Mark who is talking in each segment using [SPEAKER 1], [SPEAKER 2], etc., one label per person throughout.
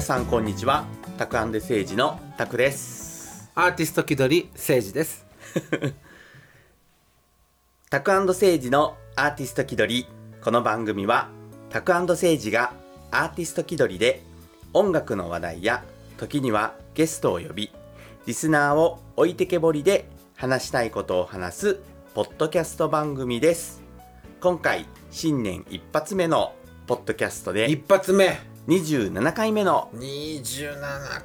[SPEAKER 1] さんこんにちはタクアンデセイジのタクです
[SPEAKER 2] アーティスト気取り誠 治です
[SPEAKER 1] タクアンドセイジのアーティスト気取りこの番組はタクアンドセイジがアーティスト気取りで音楽の話題や時にはゲストを呼びリスナーを置いてけぼりで話したいことを話すポッドキャスト番組です今回新年一発目のポッドキャストで
[SPEAKER 2] 一発目
[SPEAKER 1] 27回目の
[SPEAKER 2] 27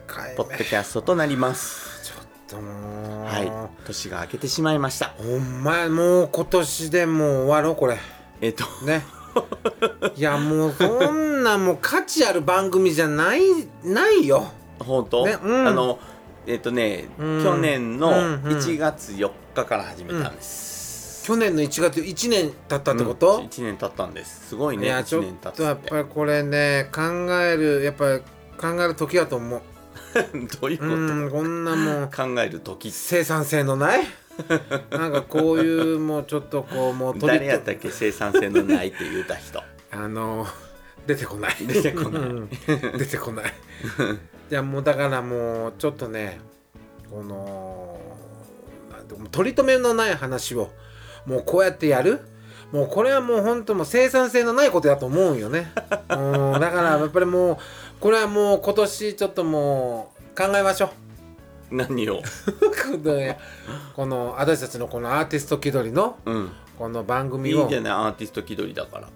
[SPEAKER 2] 回
[SPEAKER 1] ポッドキャストとなります
[SPEAKER 2] ちょっともう
[SPEAKER 1] はい年が明けてしまいました
[SPEAKER 2] ほんまやもう今年でもう終わろうこれ
[SPEAKER 1] え っと
[SPEAKER 2] ねいやもうそんなもう価値ある番組じゃないないよ
[SPEAKER 1] 本当、
[SPEAKER 2] ねうん
[SPEAKER 1] あのえっ、とね、
[SPEAKER 2] うん
[SPEAKER 1] 去年の
[SPEAKER 2] うんうん
[SPEAKER 1] 1月4日から始めたんです、
[SPEAKER 2] 去年の1月1年経ったってこと、
[SPEAKER 1] うん、1年経ったんですすごい
[SPEAKER 2] い
[SPEAKER 1] ね
[SPEAKER 2] やち
[SPEAKER 1] 1
[SPEAKER 2] ょっ
[SPEAKER 1] 年経つ
[SPEAKER 2] とや
[SPEAKER 1] っ
[SPEAKER 2] っぱりこれね考えるやっぱり考える時だと思う
[SPEAKER 1] て どういう
[SPEAKER 2] う
[SPEAKER 1] こと、
[SPEAKER 2] んこん なもう
[SPEAKER 1] 考える時
[SPEAKER 2] 生産性のないなんかこういうもうちょっとこうもう取
[SPEAKER 1] 誰
[SPEAKER 2] り
[SPEAKER 1] やったっけ生産性のないって言うた 人
[SPEAKER 2] あの出てこない
[SPEAKER 1] 出てこない
[SPEAKER 2] うん 出て こないいやもうだからもうちょっとねこのなんてもう取り留めのない話をもうこうやってやるもうこれはもう本当もう生産性のないことだと思うん よねうんだからやっぱりもうこれはもう今年ちょっともう考えましょう
[SPEAKER 1] 何を
[SPEAKER 2] このこの私たちのこのアーティスト気取りの
[SPEAKER 1] うん
[SPEAKER 2] この番
[SPEAKER 1] い
[SPEAKER 2] 組
[SPEAKER 1] い
[SPEAKER 2] を
[SPEAKER 1] じゃないアーティスト気取りだから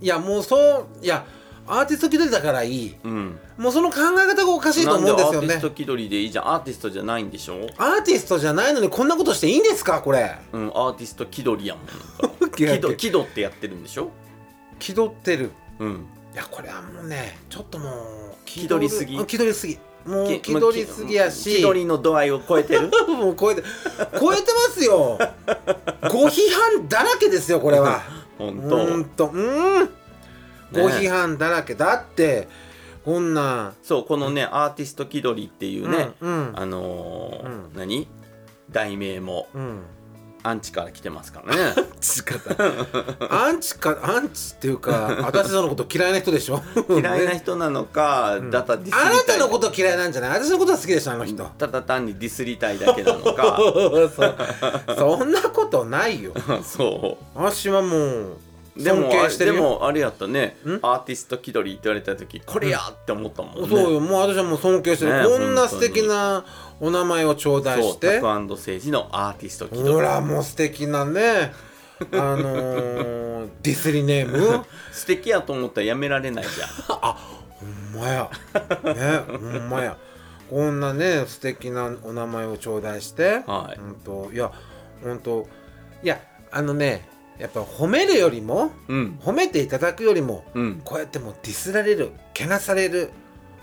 [SPEAKER 2] いやもうそういやアーティスト気取りだからいい
[SPEAKER 1] うん
[SPEAKER 2] もうその考え方がおかしいと
[SPEAKER 1] なん
[SPEAKER 2] 思
[SPEAKER 1] で
[SPEAKER 2] う
[SPEAKER 1] ア
[SPEAKER 2] んで
[SPEAKER 1] ーティ
[SPEAKER 2] すよ
[SPEAKER 1] スト
[SPEAKER 2] ね
[SPEAKER 1] 気取りでいいじゃんアーティストじゃないんでしょ
[SPEAKER 2] アーティストじゃないのにこんなことしていいんですかこれ
[SPEAKER 1] うんアーティスト気取りや もんなんか
[SPEAKER 2] いや
[SPEAKER 1] 気取気取ってやってるんでしょ
[SPEAKER 2] 気取ってる
[SPEAKER 1] うん
[SPEAKER 2] いやこれはもうねちょっともう
[SPEAKER 1] 気取りすぎ
[SPEAKER 2] うん気取りすぎもう
[SPEAKER 1] き
[SPEAKER 2] 気取りすぎやし
[SPEAKER 1] 気取りの度合いを超えてる
[SPEAKER 2] もう超えて超えてますよご批判だらけですよ これは
[SPEAKER 1] 本当、
[SPEAKER 2] ほんとうんご批判だらけだってこんな
[SPEAKER 1] そうこのね、アーティスト気取りっていうね、
[SPEAKER 2] うん
[SPEAKER 1] あのー
[SPEAKER 2] うん
[SPEAKER 1] 何題名も
[SPEAKER 2] うん
[SPEAKER 1] アンチから来てます からね
[SPEAKER 2] チかアンチかアンチっていうか私のこと嫌いな人でしょ
[SPEAKER 1] 嫌いな
[SPEAKER 2] ね
[SPEAKER 1] 人なのか、だただディスりたい
[SPEAKER 2] あなたのこと嫌いなんじゃない私のことは好きでしょあの人
[SPEAKER 1] ただ単にディスりたいだけなの か
[SPEAKER 2] そうそんなことないよ
[SPEAKER 1] そ
[SPEAKER 2] 私はも
[SPEAKER 1] う
[SPEAKER 2] う
[SPEAKER 1] でも
[SPEAKER 2] 尊敬してる
[SPEAKER 1] で
[SPEAKER 2] よ
[SPEAKER 1] もあれやったね
[SPEAKER 2] ん
[SPEAKER 1] アーティスト気取りって言われた時これやって思ったもんね、
[SPEAKER 2] そうよもう私はもう尊敬してる、
[SPEAKER 1] ね
[SPEAKER 2] こんな素敵なお名前を頂戴
[SPEAKER 1] そう
[SPEAKER 2] し
[SPEAKER 1] タ
[SPEAKER 2] て
[SPEAKER 1] クアンド政治のアーティスト気取り
[SPEAKER 2] ほらもう素敵なねあのー、ディスリネーム
[SPEAKER 1] 素敵やと思ったらやめられないじゃん
[SPEAKER 2] あほんまやねほんまやこんなね素敵なお名前を頂戴して、
[SPEAKER 1] はい
[SPEAKER 2] ほんといやほんといやあのねやっぱ褒めるよりも
[SPEAKER 1] うん
[SPEAKER 2] 褒めていただくよりも、
[SPEAKER 1] うん
[SPEAKER 2] こうやってもうディスられるけなされる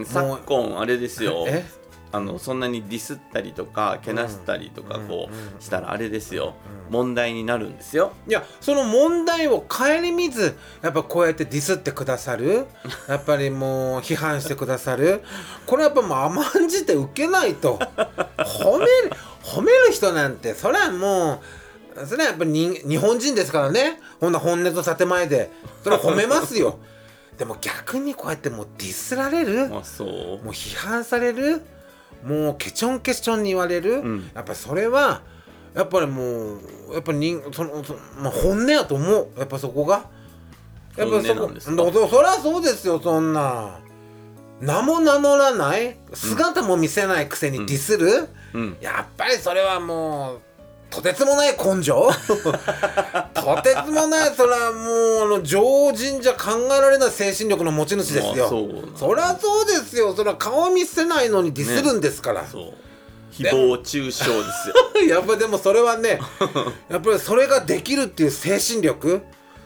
[SPEAKER 1] 昨今あれですよ
[SPEAKER 2] え
[SPEAKER 1] あのそんなにディスったりとかけなしたりとか
[SPEAKER 2] うん
[SPEAKER 1] こ
[SPEAKER 2] うん
[SPEAKER 1] うしたらあれですよ
[SPEAKER 2] うん
[SPEAKER 1] 問題になるんですよ
[SPEAKER 2] いやその問題を顧みずやっぱこうやってディスってくださるやっぱりもう批判してくださるこれやっぱもう甘んじて受けないと褒める褒める人なんてそれはもうそれはやっぱり人日本人ですからねほんな本音と建前でそれは褒めますよでも逆にこうやってもうディスられるも
[SPEAKER 1] あそう
[SPEAKER 2] う批判されるもうケチョンケチョンに言われる、
[SPEAKER 1] うん
[SPEAKER 2] やっぱりそれはやっぱりもうやっぱり人そのその、まあ、本音やと思うやっぱそこがやっぱそ
[SPEAKER 1] 本音
[SPEAKER 2] こ
[SPEAKER 1] なんですか
[SPEAKER 2] そそそりゃそうですよそんな名も名乗らない姿も見せないくせにディスる、
[SPEAKER 1] うん
[SPEAKER 2] やっぱりそれはもうとてつもない 根性とてつもないそれはもうあの常人じゃ考えられない精神力の持ち主です
[SPEAKER 1] ま
[SPEAKER 2] よ
[SPEAKER 1] あそうなん
[SPEAKER 2] そりゃそうですよそれは顔見せないのにディスるんですから、
[SPEAKER 1] そう誹謗中傷 ですよ
[SPEAKER 2] やっぱでもそれ はねやっぱりそれができるっていう精神力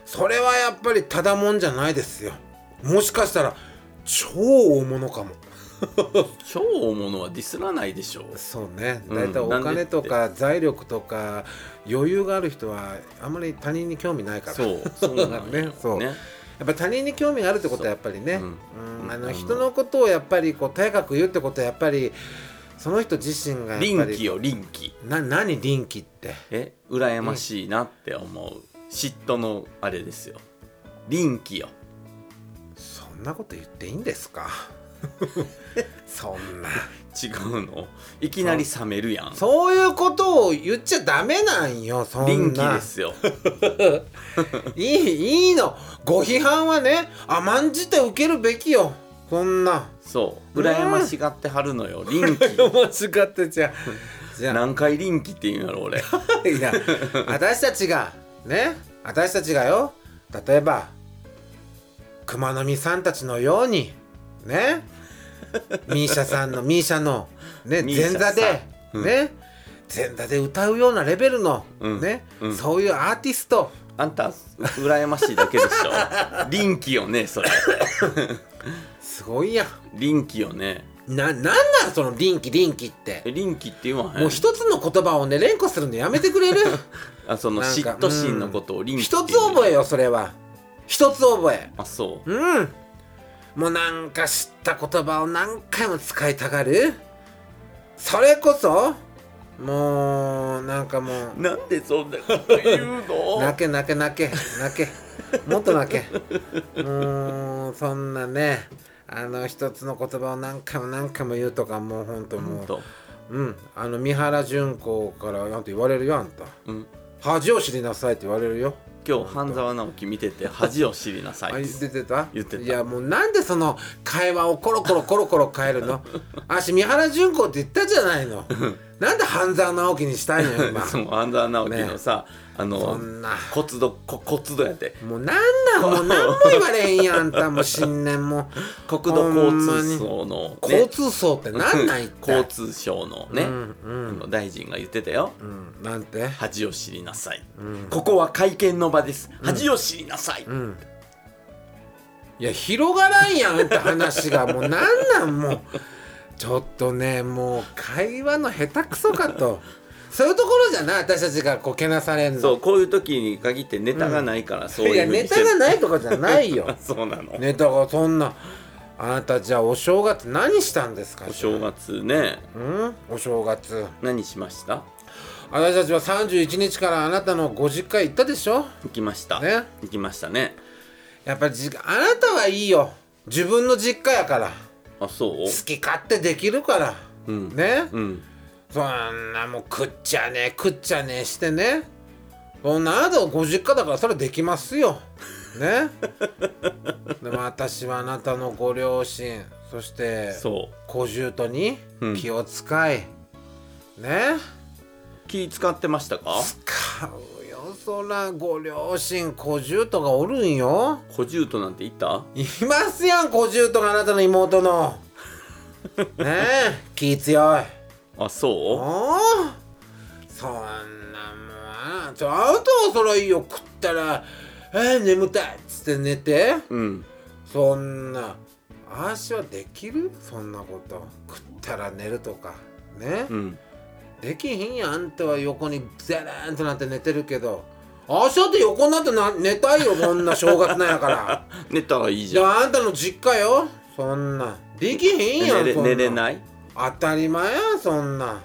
[SPEAKER 2] それはやっぱりただもんじゃないですよもしかしたら超大物かも
[SPEAKER 1] 超大物はディスらないでしょ
[SPEAKER 2] そうね
[SPEAKER 1] うん
[SPEAKER 2] 大体お
[SPEAKER 1] なんで
[SPEAKER 2] 金
[SPEAKER 1] って
[SPEAKER 2] とか財力とか余裕がある人はあまり他人に興味ないから
[SPEAKER 1] そうそうなんよ
[SPEAKER 2] ね そうやっぱ他人に興味があるってことはやっぱり
[SPEAKER 1] そ
[SPEAKER 2] ね
[SPEAKER 1] う
[SPEAKER 2] うん
[SPEAKER 1] うん
[SPEAKER 2] あ
[SPEAKER 1] あ
[SPEAKER 2] の
[SPEAKER 1] の
[SPEAKER 2] 人のことをやっぱりこうとやかく言うってことはやっぱりその人自身がやっぱ
[SPEAKER 1] 臨機
[SPEAKER 2] り
[SPEAKER 1] よ臨機
[SPEAKER 2] な何臨機って
[SPEAKER 1] え羨ましいなって思う嫉妬のあれですよ臨機よ
[SPEAKER 2] そんなこと言っていいんですか そ んな
[SPEAKER 1] 違うのいきなり冷めるやん
[SPEAKER 2] そういうことを言っちゃダメなんよそんな
[SPEAKER 1] 臨機ですよ
[SPEAKER 2] いいいいのご批判はね甘んじて受けるべきよそんな
[SPEAKER 1] そう羨ましがってはるのよ臨機
[SPEAKER 2] 間違ってじゃじゃ
[SPEAKER 1] 何回臨機って言うんやろ俺
[SPEAKER 2] あいや私たちがね私たちがよ例えば熊の実さんたちのようにねミーシャさんのミーシャの、ね、
[SPEAKER 1] ミーシャさ
[SPEAKER 2] 前
[SPEAKER 1] ん
[SPEAKER 2] 座で、
[SPEAKER 1] うん
[SPEAKER 2] ね前座で歌うようなレベルの、
[SPEAKER 1] うん
[SPEAKER 2] ね、
[SPEAKER 1] うん
[SPEAKER 2] そういうアーティスト
[SPEAKER 1] あんた羨ましいだけでし ょ臨機よねそれ
[SPEAKER 2] すごいやん
[SPEAKER 1] 臨機よね
[SPEAKER 2] ななんなんその臨機臨機って
[SPEAKER 1] え臨機って言わへん
[SPEAKER 2] もう一つの言葉をね連呼するのやめて くれる
[SPEAKER 1] あその
[SPEAKER 2] なんか
[SPEAKER 1] 嫉妬心のことを臨機って
[SPEAKER 2] 一つ
[SPEAKER 1] 言う
[SPEAKER 2] 覚えよそれは一つ覚え
[SPEAKER 1] あそう
[SPEAKER 2] うんもうなんか知った言葉を何回も使いたがるそれこそもうなんかもう
[SPEAKER 1] なんでそんなこと言うの
[SPEAKER 2] 泣け泣け泣け泣けもっと泣けもうそんなねあの一つの言葉を何回も何回も言うとかもうほんともう
[SPEAKER 1] と、
[SPEAKER 2] うんあの三原淳子からなんて言われるよあんた
[SPEAKER 1] うん、
[SPEAKER 2] 恥を知りなさいって言われるよ
[SPEAKER 1] 今日半沢直樹見てて恥を知りなさ
[SPEAKER 2] あ
[SPEAKER 1] い
[SPEAKER 2] 言
[SPEAKER 1] っ
[SPEAKER 2] って
[SPEAKER 1] て
[SPEAKER 2] てた
[SPEAKER 1] 言ってた
[SPEAKER 2] いやもうなんでその会話をコロコロコロコロ変え るのあし三原淳子って言ったじゃないのなんで半沢直樹にしたいのよ 今
[SPEAKER 1] その半沢直樹のさ、あ
[SPEAKER 2] そ
[SPEAKER 1] の
[SPEAKER 2] んな
[SPEAKER 1] 骨度こ骨度やって
[SPEAKER 2] もうなんなんもう何も言われへんやんあんたもう新年も
[SPEAKER 1] 国土交通省の、ね、
[SPEAKER 2] 交通省ってなんなん一体
[SPEAKER 1] 交通省のね、
[SPEAKER 2] うん
[SPEAKER 1] あの大臣が言ってたよ
[SPEAKER 2] うん、うん、なんて
[SPEAKER 1] 恥を知りなさい、ここは会見の場です恥を知りなさい、
[SPEAKER 2] うんいや広がらんやんって話がもうなんなんもうちょっとねもう会話の下手くそかとそういうところじゃない私たちがこうけなされんの
[SPEAKER 1] そうこういう時に限ってネタがないから、そういう
[SPEAKER 2] や
[SPEAKER 1] ふう
[SPEAKER 2] ネ
[SPEAKER 1] にして
[SPEAKER 2] タ
[SPEAKER 1] る
[SPEAKER 2] がないとかじゃないよ
[SPEAKER 1] そうなの、
[SPEAKER 2] ネタがそんなあなたじゃあお正月何したんですか
[SPEAKER 1] お正月ね
[SPEAKER 2] うんお正月
[SPEAKER 1] 何しました
[SPEAKER 2] 私たちは31日からあなたのご実家行ったでしょ
[SPEAKER 1] 行きました、
[SPEAKER 2] ね
[SPEAKER 1] 行きましたね
[SPEAKER 2] やっぱりじあなたはいいよ自分の実家やから
[SPEAKER 1] あそう
[SPEAKER 2] 好き勝手できるから、
[SPEAKER 1] うん
[SPEAKER 2] ね、
[SPEAKER 1] うん
[SPEAKER 2] そんなもう食っちゃねえ食っちゃねえしてねそんなあなたはご実家だからそれはできますよ ねでも私はあなたのご両親そして
[SPEAKER 1] そ
[SPEAKER 2] 小姑に
[SPEAKER 1] うん
[SPEAKER 2] 気を使い、ね
[SPEAKER 1] う気使ってましたか
[SPEAKER 2] 買うよそらご両親小姑がおるんよ
[SPEAKER 1] 小獣となんて言った
[SPEAKER 2] いますやん小姑があなたの 妹のねえ気強い
[SPEAKER 1] あそ
[SPEAKER 2] おーそんなもんあなちょあなたはそらいいよ食ったら「えー、眠たい」っつって寝て
[SPEAKER 1] ううん
[SPEAKER 2] そんなあーしはできるそんなこと食ったら寝るとかね、
[SPEAKER 1] うん
[SPEAKER 2] できひんやんあんたは横にゼレーンとなって寝てるけどあーしだって横になってな寝たいよそんな正月なんやから。
[SPEAKER 1] 寝たらいいじ
[SPEAKER 2] じ
[SPEAKER 1] ゃん
[SPEAKER 2] ゃああんたの実家よそんなできへんや
[SPEAKER 1] 寝
[SPEAKER 2] ん
[SPEAKER 1] れ
[SPEAKER 2] そん
[SPEAKER 1] 寝れ
[SPEAKER 2] い
[SPEAKER 1] ない
[SPEAKER 2] 当たり前やんそんな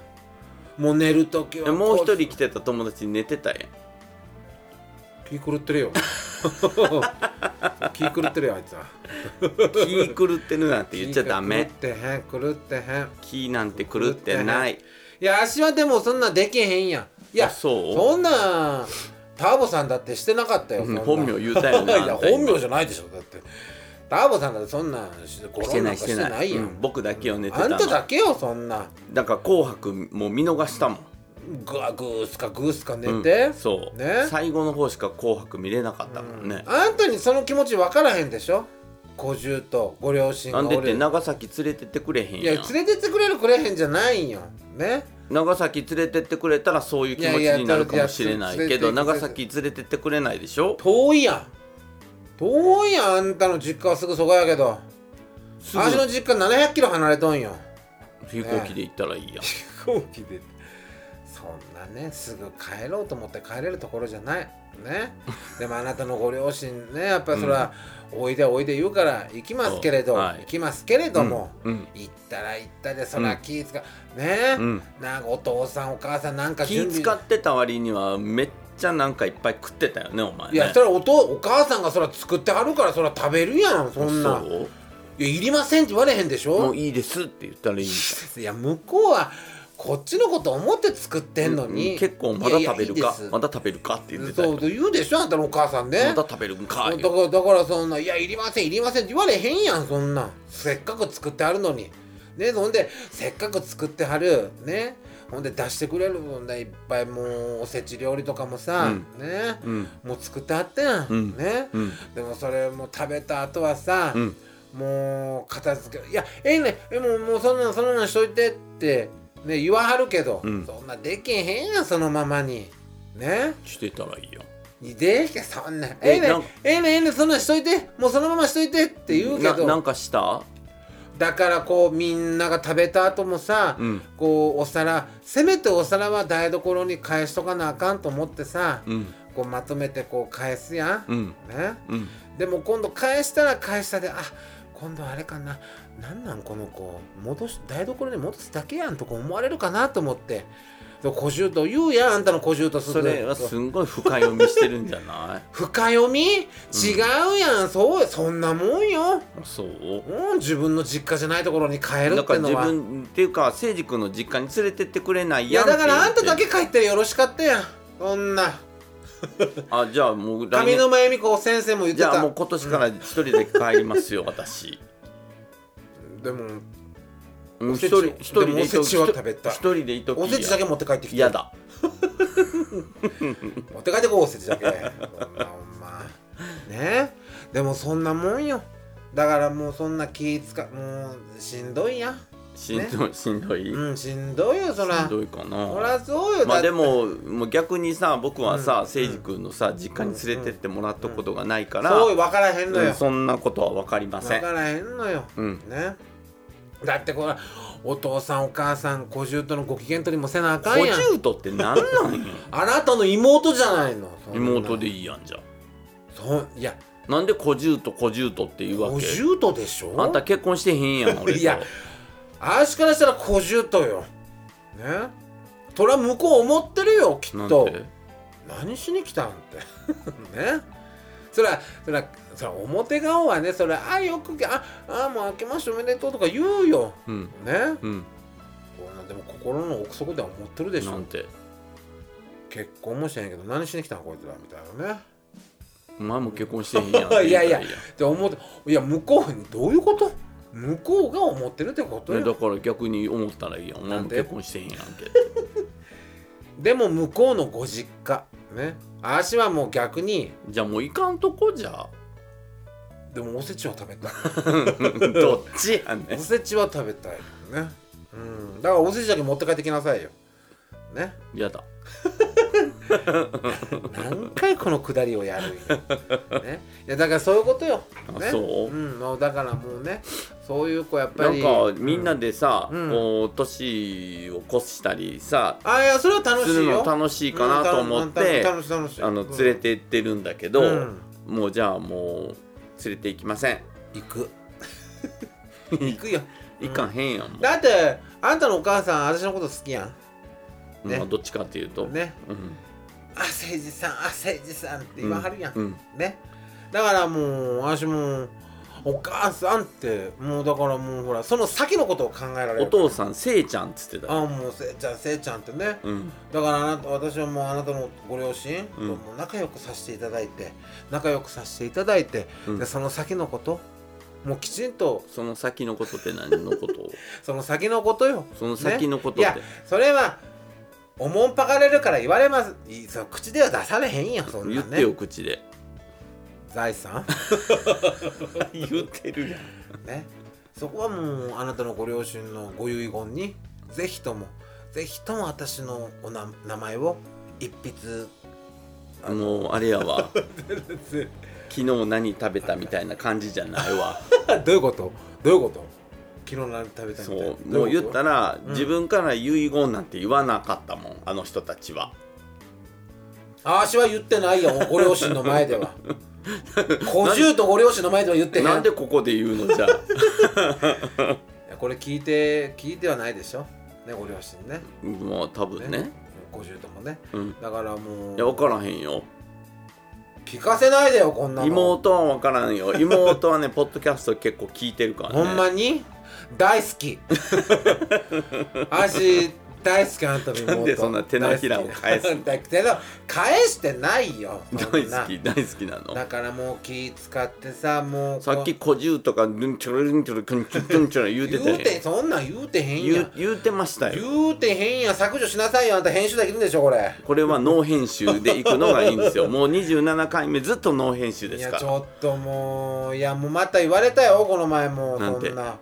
[SPEAKER 2] もう寝るときは
[SPEAKER 1] えもう一
[SPEAKER 2] こ
[SPEAKER 1] 人来てた友達寝てたやん
[SPEAKER 2] 気狂ってるよ 気狂ってるよあいつは
[SPEAKER 1] 気狂ってるなんて言っちゃダメ
[SPEAKER 2] 気が狂ってへん狂ってへん
[SPEAKER 1] 気なんて狂ってない
[SPEAKER 2] いや足はでもそんなできへんやんいや
[SPEAKER 1] あそう
[SPEAKER 2] そんなターボさんだってしてなかったよ、そ
[SPEAKER 1] うんん
[SPEAKER 2] な
[SPEAKER 1] 本名言うたよ
[SPEAKER 2] い
[SPEAKER 1] ねあんた
[SPEAKER 2] や
[SPEAKER 1] 今
[SPEAKER 2] 本名じゃないでしょだってターボさんだってそんなご
[SPEAKER 1] し
[SPEAKER 2] ろ
[SPEAKER 1] て
[SPEAKER 2] ん
[SPEAKER 1] なんい
[SPEAKER 2] か
[SPEAKER 1] してない
[SPEAKER 2] やん、
[SPEAKER 1] うん僕だけを寝て
[SPEAKER 2] あ
[SPEAKER 1] た
[SPEAKER 2] ん
[SPEAKER 1] の
[SPEAKER 2] ただけよそんな
[SPEAKER 1] だから「紅白」もう見逃したもん
[SPEAKER 2] ぐわぐーすかぐーすか寝
[SPEAKER 1] うん
[SPEAKER 2] て、
[SPEAKER 1] そう
[SPEAKER 2] ね
[SPEAKER 1] 最後の方しか「紅白」見れなかったもんね
[SPEAKER 2] あんたにその気持ち分からへんでしょ小十とご両親
[SPEAKER 1] な
[SPEAKER 2] が
[SPEAKER 1] んでって
[SPEAKER 2] 俺
[SPEAKER 1] 長崎連れてってくれへん
[SPEAKER 2] いや
[SPEAKER 1] やん
[SPEAKER 2] 連れてってくれるくれへんじゃないんよね
[SPEAKER 1] 長崎連れてってくれたらそういう気持ちになるかもしれない
[SPEAKER 2] いやい
[SPEAKER 1] け
[SPEAKER 2] や
[SPEAKER 1] ど
[SPEAKER 2] 連れて
[SPEAKER 1] 長崎連れてってくれないでしょ
[SPEAKER 2] 遠いやん遠いやんあんたの実家はすぐそこやけど
[SPEAKER 1] すぐ
[SPEAKER 2] 私の実家7 0 0キロ離れとんよ
[SPEAKER 1] 飛行機で行ったらいいやん
[SPEAKER 2] 飛行機でそんなねすぐ帰ろうと思って帰れるところじゃない ねでもあなたのご両親ねやっぱりそれは、おいでおいで言うから行きますけれど、
[SPEAKER 1] そうはい
[SPEAKER 2] 行きますけれども、
[SPEAKER 1] うんうん
[SPEAKER 2] 行ったら行ったでそら気ぃ使う、ね、
[SPEAKER 1] うん
[SPEAKER 2] なんかお父さんお母さんなんか
[SPEAKER 1] 気
[SPEAKER 2] 準備
[SPEAKER 1] 使ってた割にはめっちゃなんかいっぱい食ってたよねお前ね
[SPEAKER 2] いやそれはおとお母さんがそら作ってはるからそら食べるやんそんな
[SPEAKER 1] そう
[SPEAKER 2] いやいりませんって言われへんでし
[SPEAKER 1] も
[SPEAKER 2] ょ
[SPEAKER 1] ういいですって言ったらいいみた
[SPEAKER 2] いや向こうはこっちのこと思って作って
[SPEAKER 1] い
[SPEAKER 2] んのに、
[SPEAKER 1] うん結構まだ食べるか
[SPEAKER 2] いやいいです
[SPEAKER 1] まだ食べるかって言ってた
[SPEAKER 2] そ
[SPEAKER 1] よ
[SPEAKER 2] うそう言うでしょあんたのお母さんね
[SPEAKER 1] まだ食べるんか
[SPEAKER 2] だ
[SPEAKER 1] い
[SPEAKER 2] からだからそんな「いやいりませんいりません」って言われへんやんそんなんせっかく作ってあるのにねほんでせっかく作ってはるねほんで出してくれるもんねいっぱいもうおせち料理とかもさ、
[SPEAKER 1] う
[SPEAKER 2] ね
[SPEAKER 1] うん
[SPEAKER 2] もう作ってあったやん、
[SPEAKER 1] うん
[SPEAKER 2] ね、
[SPEAKER 1] うん
[SPEAKER 2] でもそれも食べた後はさ、
[SPEAKER 1] うん
[SPEAKER 2] もう片付けいやええねえもうもうそんなんそんなんしといてってね言わはるけど、
[SPEAKER 1] うん
[SPEAKER 2] そんなできへんやんそのままにね
[SPEAKER 1] してたらいいよ
[SPEAKER 2] できそんなえ
[SPEAKER 1] え
[SPEAKER 2] えね
[SPEAKER 1] なん
[SPEAKER 2] ええねええねそんなんしといてもうそのまましといてって言うけ
[SPEAKER 1] なな
[SPEAKER 2] ど
[SPEAKER 1] んかした
[SPEAKER 2] だからこうみんなが食べた後もさ、
[SPEAKER 1] うん
[SPEAKER 2] こうお皿せめてお皿は台所に返しとかなあかんと思ってさ、
[SPEAKER 1] うん
[SPEAKER 2] こうまとめてこう返すやん、
[SPEAKER 1] うん
[SPEAKER 2] ね
[SPEAKER 1] うん
[SPEAKER 2] でも今度返したら返したであ今度あれかななんなんこの子戻し台所に戻すだけやんとか思われるかなと思ってそう小姑言うやんあんたの小姑すぐ
[SPEAKER 1] それはすんごい深読みしてるんじゃ ない
[SPEAKER 2] 深読み違うやん、そうそんなもんよ、
[SPEAKER 1] そう
[SPEAKER 2] うん、自分の実家じゃないところに帰る
[SPEAKER 1] だ
[SPEAKER 2] っ
[SPEAKER 1] から
[SPEAKER 2] ての
[SPEAKER 1] 自
[SPEAKER 2] は
[SPEAKER 1] 分っていうか誠司君の実家に連れてってくれない
[SPEAKER 2] い
[SPEAKER 1] やん
[SPEAKER 2] や
[SPEAKER 1] って言っ
[SPEAKER 2] だか
[SPEAKER 1] て
[SPEAKER 2] らあんただけ帰ってよろしかったやんそんな
[SPEAKER 1] あじゃあもう来
[SPEAKER 2] 上
[SPEAKER 1] 年
[SPEAKER 2] 沼恵美子先生も言って
[SPEAKER 1] じゃあ
[SPEAKER 2] た
[SPEAKER 1] もう今年から一人で帰りますよ 私
[SPEAKER 2] でも
[SPEAKER 1] うん
[SPEAKER 2] お
[SPEAKER 1] 一
[SPEAKER 2] せちを
[SPEAKER 1] 人一人でい
[SPEAKER 2] で
[SPEAKER 1] と
[SPEAKER 2] もおせちは食べた
[SPEAKER 1] 一人でいとき
[SPEAKER 2] おせちだけ持って帰ってきて
[SPEAKER 1] 嫌だ
[SPEAKER 2] 持って帰ってこうおせちだけそんなほんまねえでもそんなもんよだからもうそんな気使うもうしんどいや
[SPEAKER 1] しんどいしんどい、
[SPEAKER 2] うんしんどいよそ
[SPEAKER 1] し
[SPEAKER 2] ら
[SPEAKER 1] んどいかな
[SPEAKER 2] そらそうよ
[SPEAKER 1] まあ
[SPEAKER 2] だ
[SPEAKER 1] で
[SPEAKER 2] って
[SPEAKER 1] ももう逆にさ僕は
[SPEAKER 2] うん
[SPEAKER 1] さ誠司君のさ実家に連れてってもらったことがないから、
[SPEAKER 2] そうよ分からへんの
[SPEAKER 1] う
[SPEAKER 2] よ
[SPEAKER 1] ん、そんなことは分かりませ
[SPEAKER 2] 分
[SPEAKER 1] ん
[SPEAKER 2] からへんのよ、
[SPEAKER 1] うん
[SPEAKER 2] ねだってこれお父さんお母さん小姑とのご機嫌取りもせなあかん
[SPEAKER 1] 小
[SPEAKER 2] やん
[SPEAKER 1] 中とって何なんよ
[SPEAKER 2] あなたの妹じゃないのそんな
[SPEAKER 1] 妹でいいやんじゃあ
[SPEAKER 2] そういや
[SPEAKER 1] なんで小獣と小獣とって言うわ
[SPEAKER 2] 小
[SPEAKER 1] け
[SPEAKER 2] 姑でしょ
[SPEAKER 1] あんた結婚してへんやん俺と
[SPEAKER 2] いやあしからしたら小姑よ。ね。そりゃ向こう思ってるよき
[SPEAKER 1] な
[SPEAKER 2] っ
[SPEAKER 1] ん
[SPEAKER 2] と
[SPEAKER 1] て
[SPEAKER 2] 何しに来たんって ねそりゃそりゃそりゃ表顔はねそりゃあよくああもう明けましておめでとうとか言うよ
[SPEAKER 1] うん
[SPEAKER 2] ね
[SPEAKER 1] うん
[SPEAKER 2] こんなでも心の奥底では思ってるでし
[SPEAKER 1] な
[SPEAKER 2] ょ
[SPEAKER 1] んて
[SPEAKER 2] 結婚もしてないけど何しに来たんこいつらみたいなね
[SPEAKER 1] お前も結婚してへんやん
[SPEAKER 2] いやいや
[SPEAKER 1] って
[SPEAKER 2] って思っていや向こうにどういうこと向こうが思ってるってこと
[SPEAKER 1] 言うたらいいやんね
[SPEAKER 2] よ
[SPEAKER 1] だから逆に思ったらいいやんお前
[SPEAKER 2] な
[SPEAKER 1] も
[SPEAKER 2] んで
[SPEAKER 1] 結婚してへんやん け
[SPEAKER 2] でも向こうのご実家ねあしはもう逆に
[SPEAKER 1] じゃあもういかんとこじゃ
[SPEAKER 2] でもおせちは食べた い
[SPEAKER 1] どっちやね
[SPEAKER 2] お
[SPEAKER 1] ん
[SPEAKER 2] せちは食べたいねうんだからおせちだけ持って帰ってきなさいよね
[SPEAKER 1] やだ
[SPEAKER 2] 何回このくだりをやるんやねいやだからそういうことよ、
[SPEAKER 1] あ
[SPEAKER 2] ね、
[SPEAKER 1] そうん
[SPEAKER 2] もうだからもうねそういう子やっぱ
[SPEAKER 1] な
[SPEAKER 2] り
[SPEAKER 1] んかみんな
[SPEAKER 2] う
[SPEAKER 1] でさ
[SPEAKER 2] うん
[SPEAKER 1] こう年を越したりさ
[SPEAKER 2] あいやそれは楽し
[SPEAKER 1] す
[SPEAKER 2] い
[SPEAKER 1] る
[SPEAKER 2] よ
[SPEAKER 1] の楽しいかなと思っ
[SPEAKER 2] うん
[SPEAKER 1] て
[SPEAKER 2] 楽しい楽しい
[SPEAKER 1] あの連れて行ってるんだけど
[SPEAKER 2] うん
[SPEAKER 1] もうじゃあもう連れて行きません
[SPEAKER 2] 行く行くよ
[SPEAKER 1] いかへんやんもう
[SPEAKER 2] だってあんたのお母さん私のこと好きやね
[SPEAKER 1] まあどっちかっていうと
[SPEAKER 2] んね
[SPEAKER 1] うん
[SPEAKER 2] あ誠治さんあ誠治さんって言わはるやん、
[SPEAKER 1] うん
[SPEAKER 2] ねだからもう私もお母さんってもうだからもうほらその先のことを考えられる
[SPEAKER 1] お父さんせいちゃんっつってた
[SPEAKER 2] ああもうせいちゃんせいちゃんってね
[SPEAKER 1] うん
[SPEAKER 2] だからあなた私はもうあなたのご両親と
[SPEAKER 1] うん
[SPEAKER 2] もう仲良くさせていただいて仲良くさせていただいて、
[SPEAKER 1] うん
[SPEAKER 2] でその先のこともうきちんと
[SPEAKER 1] その先のことって何のこと
[SPEAKER 2] その先のことよ
[SPEAKER 1] その先のこと
[SPEAKER 2] い
[SPEAKER 1] っ
[SPEAKER 2] や
[SPEAKER 1] て、
[SPEAKER 2] それはおもんぱかれるから言われますいいそう口では出されへんやんそんな
[SPEAKER 1] 言
[SPEAKER 2] ね
[SPEAKER 1] ってよ口 で
[SPEAKER 2] 財産
[SPEAKER 1] 言ってるやん
[SPEAKER 2] ね、そこはもうあなたのご両親のご遺言にぜひともぜひとも私のおな名前を一筆
[SPEAKER 1] あのあれやわ昨日何食べたみたいな感じじゃないわ
[SPEAKER 2] どういうことどういうこと昨日何食べたみたいな
[SPEAKER 1] そう
[SPEAKER 2] ど
[SPEAKER 1] もう
[SPEAKER 2] い
[SPEAKER 1] 言
[SPEAKER 2] こ
[SPEAKER 1] っ
[SPEAKER 2] と
[SPEAKER 1] たら、
[SPEAKER 2] うん
[SPEAKER 1] 自分から遺言なんて言わなかったもんあの人たちは
[SPEAKER 2] あーしは言ってないよご両親の前 では小十とご両親の前では言ってへん
[SPEAKER 1] なんでここで言うのじゃあ
[SPEAKER 2] いやこれ聞いて聞いてはないでしょねご両親ね
[SPEAKER 1] もう多分ね
[SPEAKER 2] 五十ともね
[SPEAKER 1] うん
[SPEAKER 2] だからもう
[SPEAKER 1] いや分からへんよ
[SPEAKER 2] 聞かせないでよこんなの
[SPEAKER 1] 妹は分からんよ妹はねポッドキャスト結構聞いてるからね
[SPEAKER 2] ほんまに大好 き足大好きあなたの妹
[SPEAKER 1] なんでそんな手のひらを返すの
[SPEAKER 2] 大好き手の返してないよそんな
[SPEAKER 1] 大好き大好きなの
[SPEAKER 2] だからもう気使ってさもう
[SPEAKER 1] さっき「小獣」とか「ルンチョロルンチョロルンチョロルンチョロ」言うてた
[SPEAKER 2] 言うて
[SPEAKER 1] ね
[SPEAKER 2] そんなん言うてへんや
[SPEAKER 1] 言うん言うてましたよ
[SPEAKER 2] 言うてへんやん削除しなさいよあんた編集できるんでしょこれ
[SPEAKER 1] これはノー編集で行くのがいいんです よもう27回目ずっとノー編集で
[SPEAKER 2] い
[SPEAKER 1] す
[SPEAKER 2] や
[SPEAKER 1] か
[SPEAKER 2] ち
[SPEAKER 1] ら
[SPEAKER 2] ょっともういやもうまた言われたよこの前もう
[SPEAKER 1] なんて
[SPEAKER 2] そんな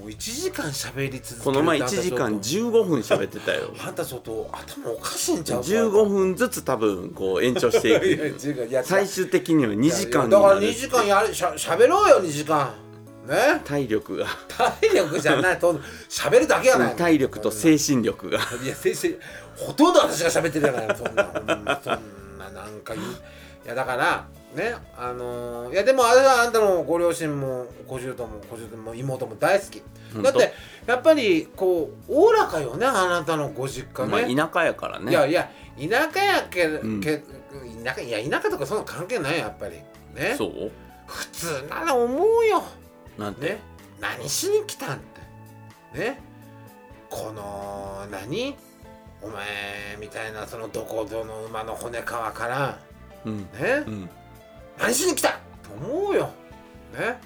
[SPEAKER 2] もう1時間喋り続ける
[SPEAKER 1] この前
[SPEAKER 2] ってあんた
[SPEAKER 1] 1時間
[SPEAKER 2] ちょ
[SPEAKER 1] 15分喋ってたよ
[SPEAKER 2] っとあんたちょっと頭おかしいんちゃうか
[SPEAKER 1] 15分ずつ多分こう延長してい
[SPEAKER 2] い や
[SPEAKER 1] く
[SPEAKER 2] 違ういや
[SPEAKER 1] 最終的には2時間に
[SPEAKER 2] だか
[SPEAKER 1] な
[SPEAKER 2] ら
[SPEAKER 1] る
[SPEAKER 2] 2時間やるしゃしゃべろうよ2時間ね
[SPEAKER 1] 体力が
[SPEAKER 2] 体力じゃ ないとしゃべるだけやない
[SPEAKER 1] 体力と精神力が
[SPEAKER 2] いや先生ほとんど私が喋ってるじゃないそんなほんまそんななんか言ういやだからねあのーいやでもあれはあんたのご両親も小十とも小十とも妹も大好き
[SPEAKER 1] ほん
[SPEAKER 2] だっ
[SPEAKER 1] と
[SPEAKER 2] てやっぱりこうおおらかよねあなたのご実家ね、
[SPEAKER 1] まあ田舎やから
[SPEAKER 2] いや
[SPEAKER 1] ね
[SPEAKER 2] いや田舎やけ、
[SPEAKER 1] ん
[SPEAKER 2] け田舎いや田舎とかそんな関係ないよやっぱりね
[SPEAKER 1] そう
[SPEAKER 2] 普通なら思うよ
[SPEAKER 1] なんて
[SPEAKER 2] ね何しに来たんってねこの何お前みたいなそのどこぞの馬の骨皮から
[SPEAKER 1] うん
[SPEAKER 2] ね
[SPEAKER 1] うん
[SPEAKER 2] 何しに来たと思うよね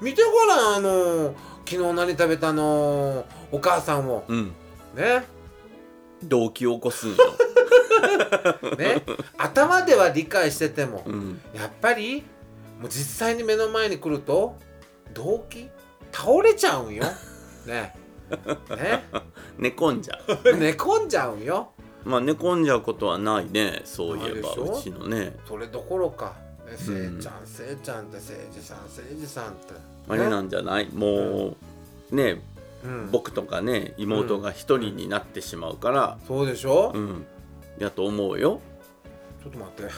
[SPEAKER 2] 見てごらんあの昨日何食べたのお母さんを
[SPEAKER 1] うん
[SPEAKER 2] ね
[SPEAKER 1] 動機を起こ すんよ
[SPEAKER 2] ね頭では理解してても
[SPEAKER 1] うん
[SPEAKER 2] やっぱりもう実際に目の前に来ると動機倒れちゃ うんよねね
[SPEAKER 1] 寝込んじゃう
[SPEAKER 2] 寝込んじゃうんよ
[SPEAKER 1] まあ寝込んじゃうことはないねそういえば
[SPEAKER 2] ないでしょ
[SPEAKER 1] うちのね
[SPEAKER 2] それどころか、ね、せ
[SPEAKER 1] うん
[SPEAKER 2] いちゃんせいちゃんってせいじさんせいじさんって
[SPEAKER 1] あれなんじゃないもうね
[SPEAKER 2] うん、
[SPEAKER 1] 僕とかね妹が一人になってしまうから
[SPEAKER 2] そうでしょ、
[SPEAKER 1] うんやと思うよ
[SPEAKER 2] ちょっと待って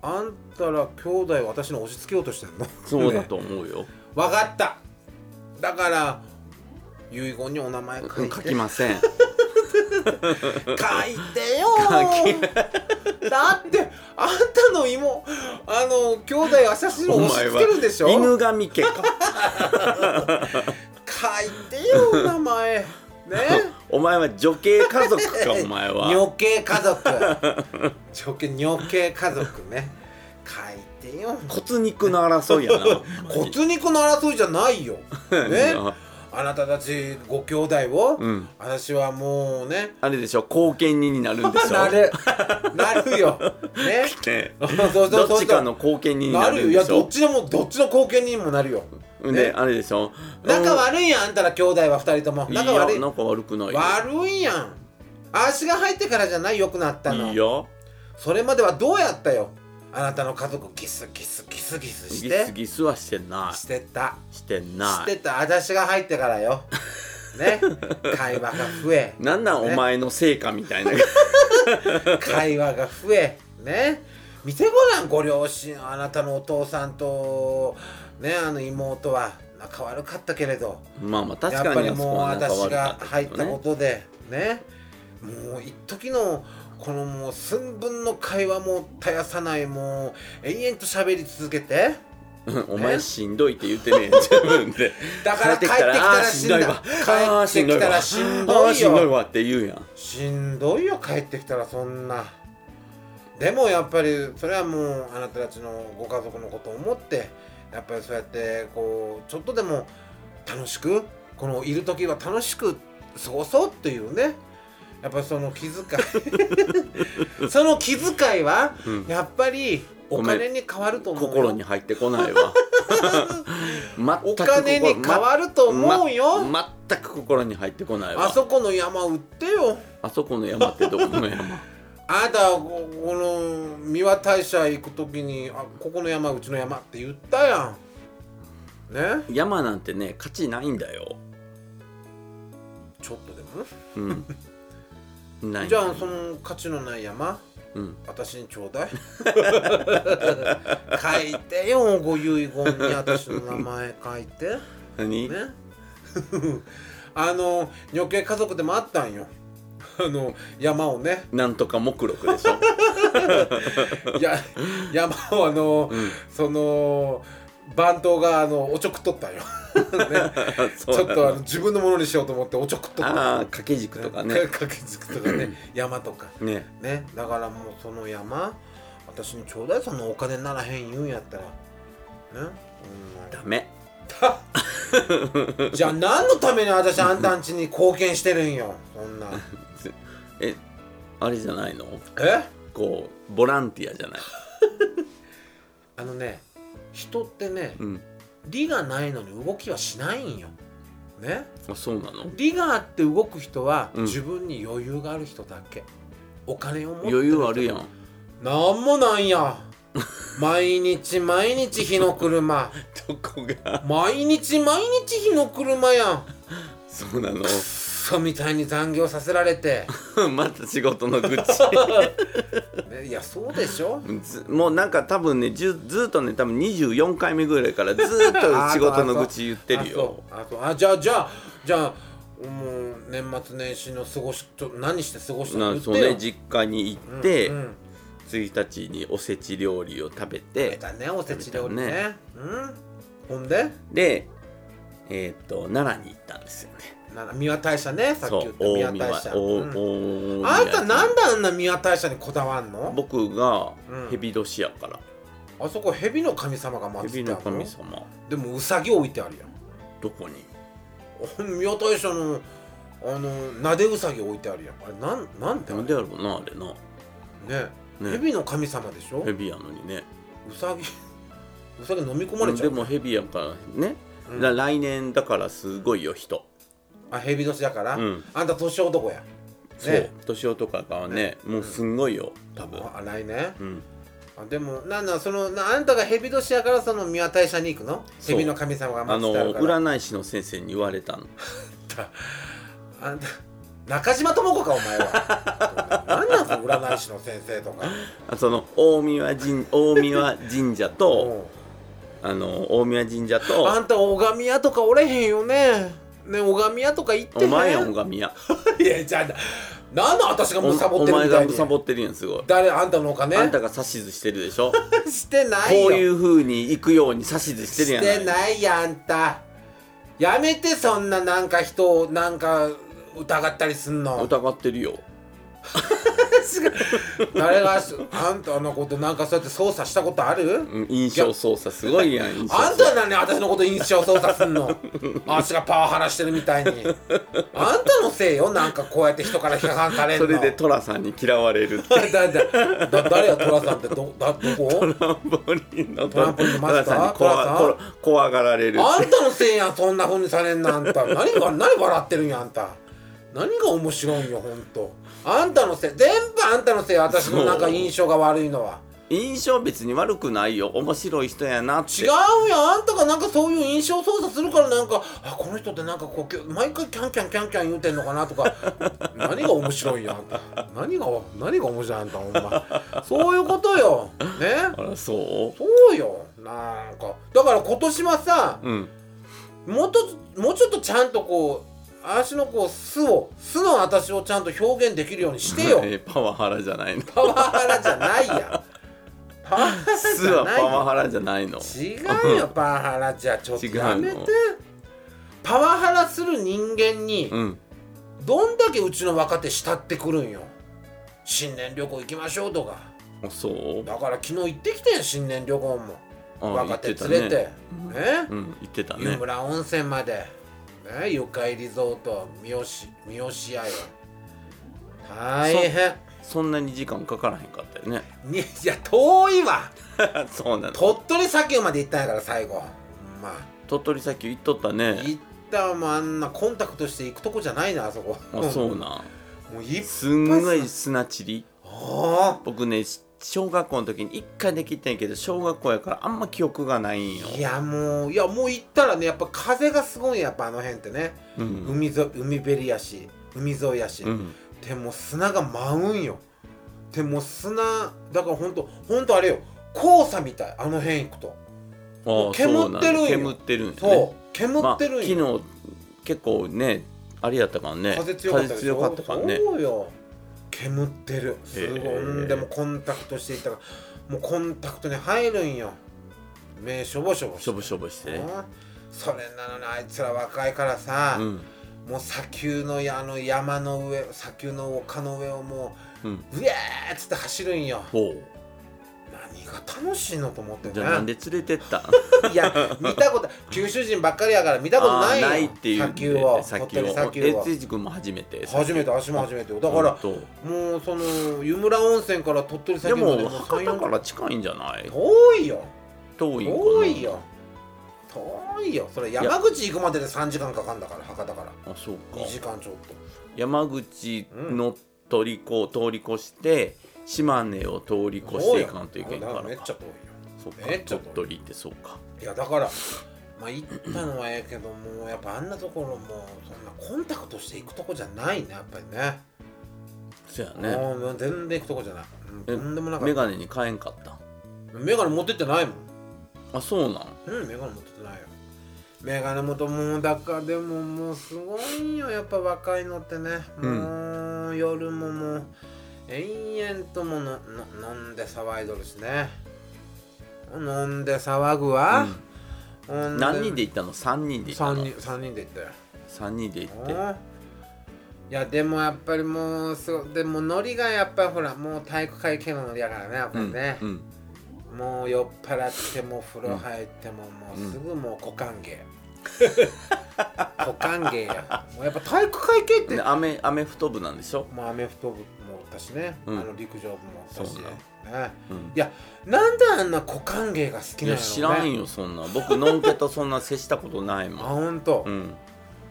[SPEAKER 2] あんたら兄弟私の押し付けようとしてんの
[SPEAKER 1] そうだと
[SPEAKER 2] ね
[SPEAKER 1] 思うよ
[SPEAKER 2] わかっただから遺言にお名前書いて、
[SPEAKER 1] うん書きません
[SPEAKER 2] 書いてよーだってあんたの妹あの兄弟私の
[SPEAKER 1] お
[SPEAKER 2] 押し
[SPEAKER 1] 前
[SPEAKER 2] 付けるでしょ
[SPEAKER 1] は犬神家か
[SPEAKER 2] 書いてよお名前 ね
[SPEAKER 1] お前は女系家族かお前は
[SPEAKER 2] 女系家族女系女系家族ね書いてよ
[SPEAKER 1] 骨肉の争いやな
[SPEAKER 2] 骨肉の争いじゃな いよねあなたたちご兄弟を、
[SPEAKER 1] うん
[SPEAKER 2] 私はもうね
[SPEAKER 1] あれでしょ後見人になるんでしょ
[SPEAKER 2] なるなるよね
[SPEAKER 1] ね
[SPEAKER 2] そうそうそうそ う
[SPEAKER 1] どっちかの後見人にな
[SPEAKER 2] なるよ
[SPEAKER 1] るん
[SPEAKER 2] い
[SPEAKER 1] で
[SPEAKER 2] や
[SPEAKER 1] し
[SPEAKER 2] どっ
[SPEAKER 1] ょ
[SPEAKER 2] ちでもどっちの貢献にもなるよ
[SPEAKER 1] で
[SPEAKER 2] ね
[SPEAKER 1] あれでしょ
[SPEAKER 2] 仲悪いやんあんたら兄弟は二人とも
[SPEAKER 1] いい
[SPEAKER 2] 仲悪い
[SPEAKER 1] よ仲悪くないよ
[SPEAKER 2] 悪いやん足が入ってからじゃない良くなったの
[SPEAKER 1] いいよ
[SPEAKER 2] それまではどうやったよあなたの家族ギスギスギスギスし
[SPEAKER 1] ギ
[SPEAKER 2] て
[SPEAKER 1] スギスはしてな
[SPEAKER 2] してた
[SPEAKER 1] いして
[SPEAKER 2] し
[SPEAKER 1] な
[SPEAKER 2] て
[SPEAKER 1] い
[SPEAKER 2] た私が入ってからよ ね会話が増え
[SPEAKER 1] なんなんお前の成果みたいな
[SPEAKER 2] 会話が増えね見てごらんご両親あなたのお父さんとねあの妹は仲悪かったけれど
[SPEAKER 1] まあまあ確
[SPEAKER 2] やっ
[SPEAKER 1] か
[SPEAKER 2] ぱ
[SPEAKER 1] に
[SPEAKER 2] り
[SPEAKER 1] あそ
[SPEAKER 2] もう
[SPEAKER 1] こは仲
[SPEAKER 2] 私
[SPEAKER 1] 悪か
[SPEAKER 2] が
[SPEAKER 1] った
[SPEAKER 2] 入
[SPEAKER 1] け
[SPEAKER 2] っ
[SPEAKER 1] ど
[SPEAKER 2] たこ
[SPEAKER 1] ね
[SPEAKER 2] とでねもう一時のこのもう寸分の会話も絶やさないもう延々と喋り続けて
[SPEAKER 1] うんお前しんどいって言ってね自分で
[SPEAKER 2] だから帰ってきた
[SPEAKER 1] あ
[SPEAKER 2] ら
[SPEAKER 1] ー
[SPEAKER 2] し
[SPEAKER 1] し
[SPEAKER 2] ん
[SPEAKER 1] んどい
[SPEAKER 2] だ
[SPEAKER 1] わあー
[SPEAKER 2] 帰ってきたらしんど
[SPEAKER 1] あー
[SPEAKER 2] い
[SPEAKER 1] しんどい
[SPEAKER 2] よ
[SPEAKER 1] わって言うやん
[SPEAKER 2] しんどいよ帰ってきたらそんなでもやっぱりそれはもうあなたたちのご家族のことを思ってやっぱりそうやってこうちょっとでも楽しくこのいる時は楽しく過ごそうっていうねやっぱりその気遣 いその気遣いは
[SPEAKER 1] うん
[SPEAKER 2] やっぱりお金に変わると思うよ
[SPEAKER 1] 心に入ってこない わ
[SPEAKER 2] お
[SPEAKER 1] 全く心
[SPEAKER 2] 金に変わると思うよ、
[SPEAKER 1] ま全く心に入ってこないわ
[SPEAKER 2] あそこの山売ってよ
[SPEAKER 1] あそこの山ってどこの山
[SPEAKER 2] あなたはここの三輪大社行く時に「あここの山うちの山」って言ったやんね
[SPEAKER 1] 山なんてね価値ないんだよ
[SPEAKER 2] ちょっとでも
[SPEAKER 1] うんない
[SPEAKER 2] じゃあその価値のない山
[SPEAKER 1] うん
[SPEAKER 2] 私にちょうだい 書いてよご遺言に私の名前書 いて
[SPEAKER 1] 何、
[SPEAKER 2] ねあの女系家族でもあったんよあの山をね
[SPEAKER 1] なんとか目録でしょ
[SPEAKER 2] いや山をあの、
[SPEAKER 1] うん
[SPEAKER 2] その番頭があのおちょくっとったんよ、 ね、ち
[SPEAKER 1] そう
[SPEAKER 2] ょ
[SPEAKER 1] な
[SPEAKER 2] っ
[SPEAKER 1] んだ
[SPEAKER 2] とあの自分のものにしようと思っておちょくっとった
[SPEAKER 1] ああ掛け軸とか ね
[SPEAKER 2] かけつくとかね山とか
[SPEAKER 1] ね
[SPEAKER 2] ねだからもうその山私にちょうだいそのお金ならへん言うんやったらね、
[SPEAKER 1] ダメ
[SPEAKER 2] うん、じゃあ何のために私あんたんちに貢献してるんよそんな
[SPEAKER 1] えあれじゃないの
[SPEAKER 2] え
[SPEAKER 1] こうボランティアじゃない
[SPEAKER 2] あのね人ってね
[SPEAKER 1] うん
[SPEAKER 2] 理がないのに動きはしないんよね
[SPEAKER 1] あそうなの
[SPEAKER 2] 理があって動く人は、
[SPEAKER 1] うん
[SPEAKER 2] 自分に余裕がある人だけお金を持って
[SPEAKER 1] 余裕あるや
[SPEAKER 2] ん
[SPEAKER 1] ん
[SPEAKER 2] なんもなんや毎日毎日日の車
[SPEAKER 1] どこが
[SPEAKER 2] 毎日毎日日の車やん
[SPEAKER 1] そうなの
[SPEAKER 2] そうみたいに残業させられて
[SPEAKER 1] また仕事の愚痴
[SPEAKER 2] ねいやそうでしょ
[SPEAKER 1] ずもうなんか多分ねじゅずーっとね多分24回目ぐらいからずーっ と仕事の愚痴言ってるよ
[SPEAKER 2] あそうあそうあじゃあじゃあじゃあもう年末年始の過ごしちょ何して過ごしたの
[SPEAKER 1] な
[SPEAKER 2] 言って
[SPEAKER 1] そ
[SPEAKER 2] よ
[SPEAKER 1] うね実家に行って、
[SPEAKER 2] うんうん
[SPEAKER 1] 1日におせち料理を食べ
[SPEAKER 2] 食べ
[SPEAKER 1] て
[SPEAKER 2] たねおせち料
[SPEAKER 1] 食
[SPEAKER 2] 理ね
[SPEAKER 1] べた
[SPEAKER 2] うんほんで
[SPEAKER 1] でえっ、と奈良に行ったんですよね
[SPEAKER 2] な三輪大社ねさっき
[SPEAKER 1] そう
[SPEAKER 2] 言った
[SPEAKER 1] 大
[SPEAKER 2] 三輪
[SPEAKER 1] 見
[SPEAKER 2] 大社、
[SPEAKER 1] 大
[SPEAKER 2] うん
[SPEAKER 1] 大宮
[SPEAKER 2] あんたなんであんな三輪大社にこだわんの
[SPEAKER 1] 僕が
[SPEAKER 2] うん
[SPEAKER 1] 蛇年やから、
[SPEAKER 2] あそこ蛇の神様が祀ってあ
[SPEAKER 1] 蛇
[SPEAKER 2] るの
[SPEAKER 1] の神様
[SPEAKER 2] でもウサギ置いてあるやん
[SPEAKER 1] どこに
[SPEAKER 2] 宮大社のあのなでうさぎ置いてあるやんあれなんなんで
[SPEAKER 1] な
[SPEAKER 2] あれ
[SPEAKER 1] んでやろうなあれな
[SPEAKER 2] ね
[SPEAKER 1] ね
[SPEAKER 2] 蛇の神様でしょ
[SPEAKER 1] 蛇やのにね
[SPEAKER 2] うさぎうさぎ飲み込まれちゃ
[SPEAKER 1] で
[SPEAKER 2] う
[SPEAKER 1] も蛇やからね、
[SPEAKER 2] うん
[SPEAKER 1] だ来年だからすごいよ人
[SPEAKER 2] あ蛇年だから、
[SPEAKER 1] うん
[SPEAKER 2] あんた年男や
[SPEAKER 1] そう、年男とかはねもうすんごいよ多分
[SPEAKER 2] あ来年
[SPEAKER 1] うん
[SPEAKER 2] あでもなんなんそのなあんたが蛇年やからその宮大社に行くの
[SPEAKER 1] そう
[SPEAKER 2] 蛇の神様が
[SPEAKER 1] あ
[SPEAKER 2] 祀っ
[SPEAKER 1] の
[SPEAKER 2] てあるから
[SPEAKER 1] 占い師の先生に言われたの
[SPEAKER 2] あんた中島智子かお前は なんなんその占い師の先生とか
[SPEAKER 1] あその大宮神 大宮神社と
[SPEAKER 2] うん
[SPEAKER 1] あの大宮神社
[SPEAKER 2] あ
[SPEAKER 1] と
[SPEAKER 2] んた拝み屋とかおれへんよねね拝み屋とか行ってね
[SPEAKER 1] お前やんがみや
[SPEAKER 2] いやじゃあなんで私が
[SPEAKER 1] お
[SPEAKER 2] むさぼって
[SPEAKER 1] お
[SPEAKER 2] る
[SPEAKER 1] 前
[SPEAKER 2] みた
[SPEAKER 1] が
[SPEAKER 2] いに
[SPEAKER 1] サボってるやんすごい
[SPEAKER 2] 誰あんたのお金
[SPEAKER 1] あんたが指図してるでしょ
[SPEAKER 2] してないよ
[SPEAKER 1] こういうふうに行くように指図してるやん
[SPEAKER 2] してないやあんたやめてそんななんか人をなんか疑ったりすんの
[SPEAKER 1] 疑ってるよ
[SPEAKER 2] 誰がしあんたのことなんかそうやって操作したことある
[SPEAKER 1] うん印象操作すごいやん印象
[SPEAKER 2] あん
[SPEAKER 1] 操作
[SPEAKER 2] た何私のこと印象操作す んのあっちがパワハラしてるみたいにあんたのせいよなんかこうやって人から批判される
[SPEAKER 1] そ
[SPEAKER 2] の
[SPEAKER 1] れで寅さんに嫌われるって
[SPEAKER 2] だだだ誰やトラさんってどだどこ
[SPEAKER 1] トランポリンの
[SPEAKER 2] トランポリンのマスタ
[SPEAKER 1] 寅
[SPEAKER 2] ー
[SPEAKER 1] さんに怖
[SPEAKER 2] 寅さん
[SPEAKER 1] 怖怖がられる
[SPEAKER 2] あんたのせいやんそんなふうにされんのあんた何が何笑ってるんやあんた何が面白いんよほんとあんたのせい全部あんたのせい私のなんか印象が悪いのは
[SPEAKER 1] 印象別に悪くないよ面白い人やなって
[SPEAKER 2] 違うよあんたがなんかそういう印象操作するからなんかあこの人ってなんかこうきょ毎回キャンキャンキャンキャン言うてんのかなと か何が面白いんやあんた何が何が面白いあんたほんまそういうことよね
[SPEAKER 1] あらそ
[SPEAKER 2] そうよなんかだから今年はさ
[SPEAKER 1] ううん
[SPEAKER 2] もっともうちょっとちゃんとこう私のこう素を素の私をちゃんと表現できるようにし てよ
[SPEAKER 1] えパワハラじゃないの
[SPEAKER 2] パワハラじゃないやパワハラ
[SPEAKER 1] ス
[SPEAKER 2] じゃ
[SPEAKER 1] は
[SPEAKER 2] ない
[SPEAKER 1] パワ
[SPEAKER 2] よ
[SPEAKER 1] ハラじゃないの
[SPEAKER 2] 違うよパワハラじゃちょっと
[SPEAKER 1] 違うの
[SPEAKER 2] やめてパワハラする人間に
[SPEAKER 1] うん
[SPEAKER 2] どんだけうちの若手慕ってくるんよ新年旅行行きましょうとか
[SPEAKER 1] あそう
[SPEAKER 2] だから昨日行ってきてん新年旅行も
[SPEAKER 1] あ
[SPEAKER 2] 若手
[SPEAKER 1] た
[SPEAKER 2] 連れてね
[SPEAKER 1] うん言ってた
[SPEAKER 2] 湯
[SPEAKER 1] ね
[SPEAKER 2] 村温泉まで、ね、ゆかいリゾート三好三好屋よ大変
[SPEAKER 1] そんなに時間かからへんかったよね
[SPEAKER 2] にいや遠いわ
[SPEAKER 1] そうなの
[SPEAKER 2] 鳥取砂丘まで行ったんやから最後まあ
[SPEAKER 1] 鳥取砂丘行っとったね
[SPEAKER 2] 行ったもんあんなコンタクトして行くとこじゃないなあそこ
[SPEAKER 1] あそうなん
[SPEAKER 2] もういっ
[SPEAKER 1] すんごい砂地理
[SPEAKER 2] あ
[SPEAKER 1] 僕ねし小学校の時に一回できてんけど小学校やからあんま記憶がないんよ
[SPEAKER 2] ーいやもういやもう行ったらねやっぱ風がすごいやっぱあの辺ってね、
[SPEAKER 1] うん
[SPEAKER 2] 海ぞ海べりやし海沿いやし、
[SPEAKER 1] うん
[SPEAKER 2] でも砂が舞うんよでも砂だからほんとほんとあれよ黄砂みたいあの辺行くと
[SPEAKER 1] あーそうなん
[SPEAKER 2] 煙ってるんよ
[SPEAKER 1] だ煙ってるんよね
[SPEAKER 2] そう煙ってるんよ、
[SPEAKER 1] まあ、昨日結構ねあれやったからね
[SPEAKER 2] 風強かったでし
[SPEAKER 1] 風強
[SPEAKER 2] ょ
[SPEAKER 1] かったからね
[SPEAKER 2] そうよ煙ってるすごい、
[SPEAKER 1] へえ
[SPEAKER 2] うんでもコンタクトしていたらもうコンタクトに入るんよ目しょぼしょぼして
[SPEAKER 1] しょぼしょぼしてね
[SPEAKER 2] うんそれなのにあいつら若いからさ、
[SPEAKER 1] うん
[SPEAKER 2] もう砂丘のやあの山の上砂丘の丘の上をも
[SPEAKER 1] うん
[SPEAKER 2] ううえーっつって走るんよ
[SPEAKER 1] ほう
[SPEAKER 2] 何が楽しいのと思ってね
[SPEAKER 1] じゃあなんで連れてったん
[SPEAKER 2] いや見たこと九州人ばっかりやから見たことないよ
[SPEAKER 1] あーないっていうん
[SPEAKER 2] 砂
[SPEAKER 1] で
[SPEAKER 2] 丘を
[SPEAKER 1] 砂
[SPEAKER 2] 本
[SPEAKER 1] 丘
[SPEAKER 2] 当に
[SPEAKER 1] を
[SPEAKER 2] 砂丘
[SPEAKER 1] え
[SPEAKER 2] を
[SPEAKER 1] ついじ君も初めて
[SPEAKER 2] 初めて足も初めてよだから
[SPEAKER 1] ほん
[SPEAKER 2] もうその湯村温泉から鳥取
[SPEAKER 1] とで
[SPEAKER 2] 砂丘まで
[SPEAKER 1] も
[SPEAKER 2] う
[SPEAKER 1] 博
[SPEAKER 2] 3-4
[SPEAKER 1] 多から近いんじゃない
[SPEAKER 2] 遠いよ
[SPEAKER 1] 遠いんかな
[SPEAKER 2] 遠いよ遠いよそれ山口行くまでで3時間かかんだから博多から
[SPEAKER 1] あそうか
[SPEAKER 2] 2時間ちょっと
[SPEAKER 1] 山口の通りこ通り越して島根を通り越していかんといけんから
[SPEAKER 2] そうよめっちゃ
[SPEAKER 1] か
[SPEAKER 2] 遠いよ
[SPEAKER 1] そうか
[SPEAKER 2] めっちゃ
[SPEAKER 1] 鳥取ってそうか
[SPEAKER 2] いやだからまあ行ったのはええけどもうやっぱあんなところもうそんなコンタクトして行くとこじゃないねやっぱりね
[SPEAKER 1] そうやね
[SPEAKER 2] もう全然行くとこじゃない、うん、
[SPEAKER 1] え
[SPEAKER 2] とんでもなかっ
[SPEAKER 1] 眼
[SPEAKER 2] た
[SPEAKER 1] 鏡に変えんかった
[SPEAKER 2] メガネ持ってってないもん
[SPEAKER 1] あそうなん
[SPEAKER 2] うんメガネ持ってってないよメガネもともうだからでももうすごいよやっぱ若いのってね、
[SPEAKER 1] うん
[SPEAKER 2] もう夜ももう延々とものの飲んで騒いどるしね飲んで騒ぐわ、ほん
[SPEAKER 1] 何人で行ったの3人で行った
[SPEAKER 2] 3
[SPEAKER 1] の
[SPEAKER 2] 人三人で行ったよ
[SPEAKER 1] 3人で行って
[SPEAKER 2] うんいやでもやっぱりもうすごでもノリがやっぱりほらもう体育会系のノリやからねやっぱ
[SPEAKER 1] う
[SPEAKER 2] り
[SPEAKER 1] ん
[SPEAKER 2] ね、
[SPEAKER 1] うん
[SPEAKER 2] もう酔っ払っても風呂入っても、もうすぐもう股間 芸股間芸やもうやっぱ体育会系って
[SPEAKER 1] でアメアメフト部なんでしょ
[SPEAKER 2] もうアメフト部もおったしね、
[SPEAKER 1] うん
[SPEAKER 2] あの陸上部もおったし
[SPEAKER 1] そう
[SPEAKER 2] ね
[SPEAKER 1] なうん
[SPEAKER 2] いやなんであんな股間芸が好き
[SPEAKER 1] い
[SPEAKER 2] なの
[SPEAKER 1] や
[SPEAKER 2] ね
[SPEAKER 1] 知らんよそんな僕のんけとそんな接したことない
[SPEAKER 2] あ
[SPEAKER 1] もん
[SPEAKER 2] ほんと、
[SPEAKER 1] うん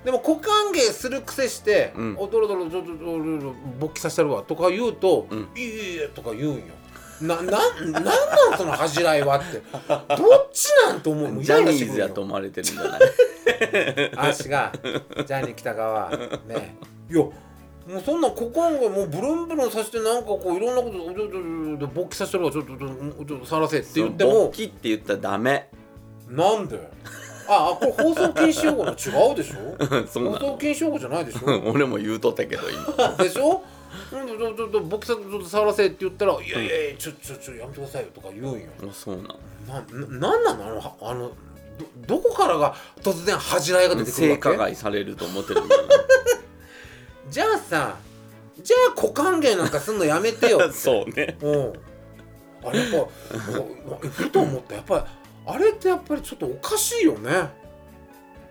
[SPEAKER 2] でも股間芸するくせして「
[SPEAKER 1] うん
[SPEAKER 2] おどろどろどろどろどろ勃起させてるわ」とか言うと「
[SPEAKER 1] うん
[SPEAKER 2] いえいえ」とか言うんよ。な なんなんなんその恥じらいはってどっちなんと思うもうイ
[SPEAKER 1] ジ
[SPEAKER 2] ラ
[SPEAKER 1] ャ
[SPEAKER 2] イラ
[SPEAKER 1] ニ
[SPEAKER 2] して
[SPEAKER 1] ー
[SPEAKER 2] く
[SPEAKER 1] ズ
[SPEAKER 2] るよ
[SPEAKER 1] やと思われてるんじ ゃない
[SPEAKER 2] あしがジャニー北川ねいやもうそんな股間がもうブルンブルンさせてなんかこういろんなことちょちょちょちょ勃起させてるわちょちょちょちょさらせって言って
[SPEAKER 1] 勃
[SPEAKER 2] も
[SPEAKER 1] 起って言ったらダメ
[SPEAKER 2] なんでああこれ放送禁止用語の違うでしょ
[SPEAKER 1] そう
[SPEAKER 2] 放
[SPEAKER 1] な
[SPEAKER 2] 送
[SPEAKER 1] の
[SPEAKER 2] 禁止用語じゃないでしょ
[SPEAKER 1] 俺も言うとったけど今
[SPEAKER 2] でしょうんちょちょちょ僕さんちょっと触らせって言ったら「いやいやいやちょちょちょやめてくださいよ」とか言うんよ。
[SPEAKER 1] あそうなの
[SPEAKER 2] なななんなのあのはあのどどこからが突然恥じらいが出てくる
[SPEAKER 1] 性
[SPEAKER 2] わけ
[SPEAKER 1] 加害されると思ってるん だ
[SPEAKER 2] じゃあさじゃあ股関係なんかすんのやめてよ
[SPEAKER 1] なそうね
[SPEAKER 2] うんあれやっぱおおふと思ったやっぱりあれってやっぱりちょっとおかしいよね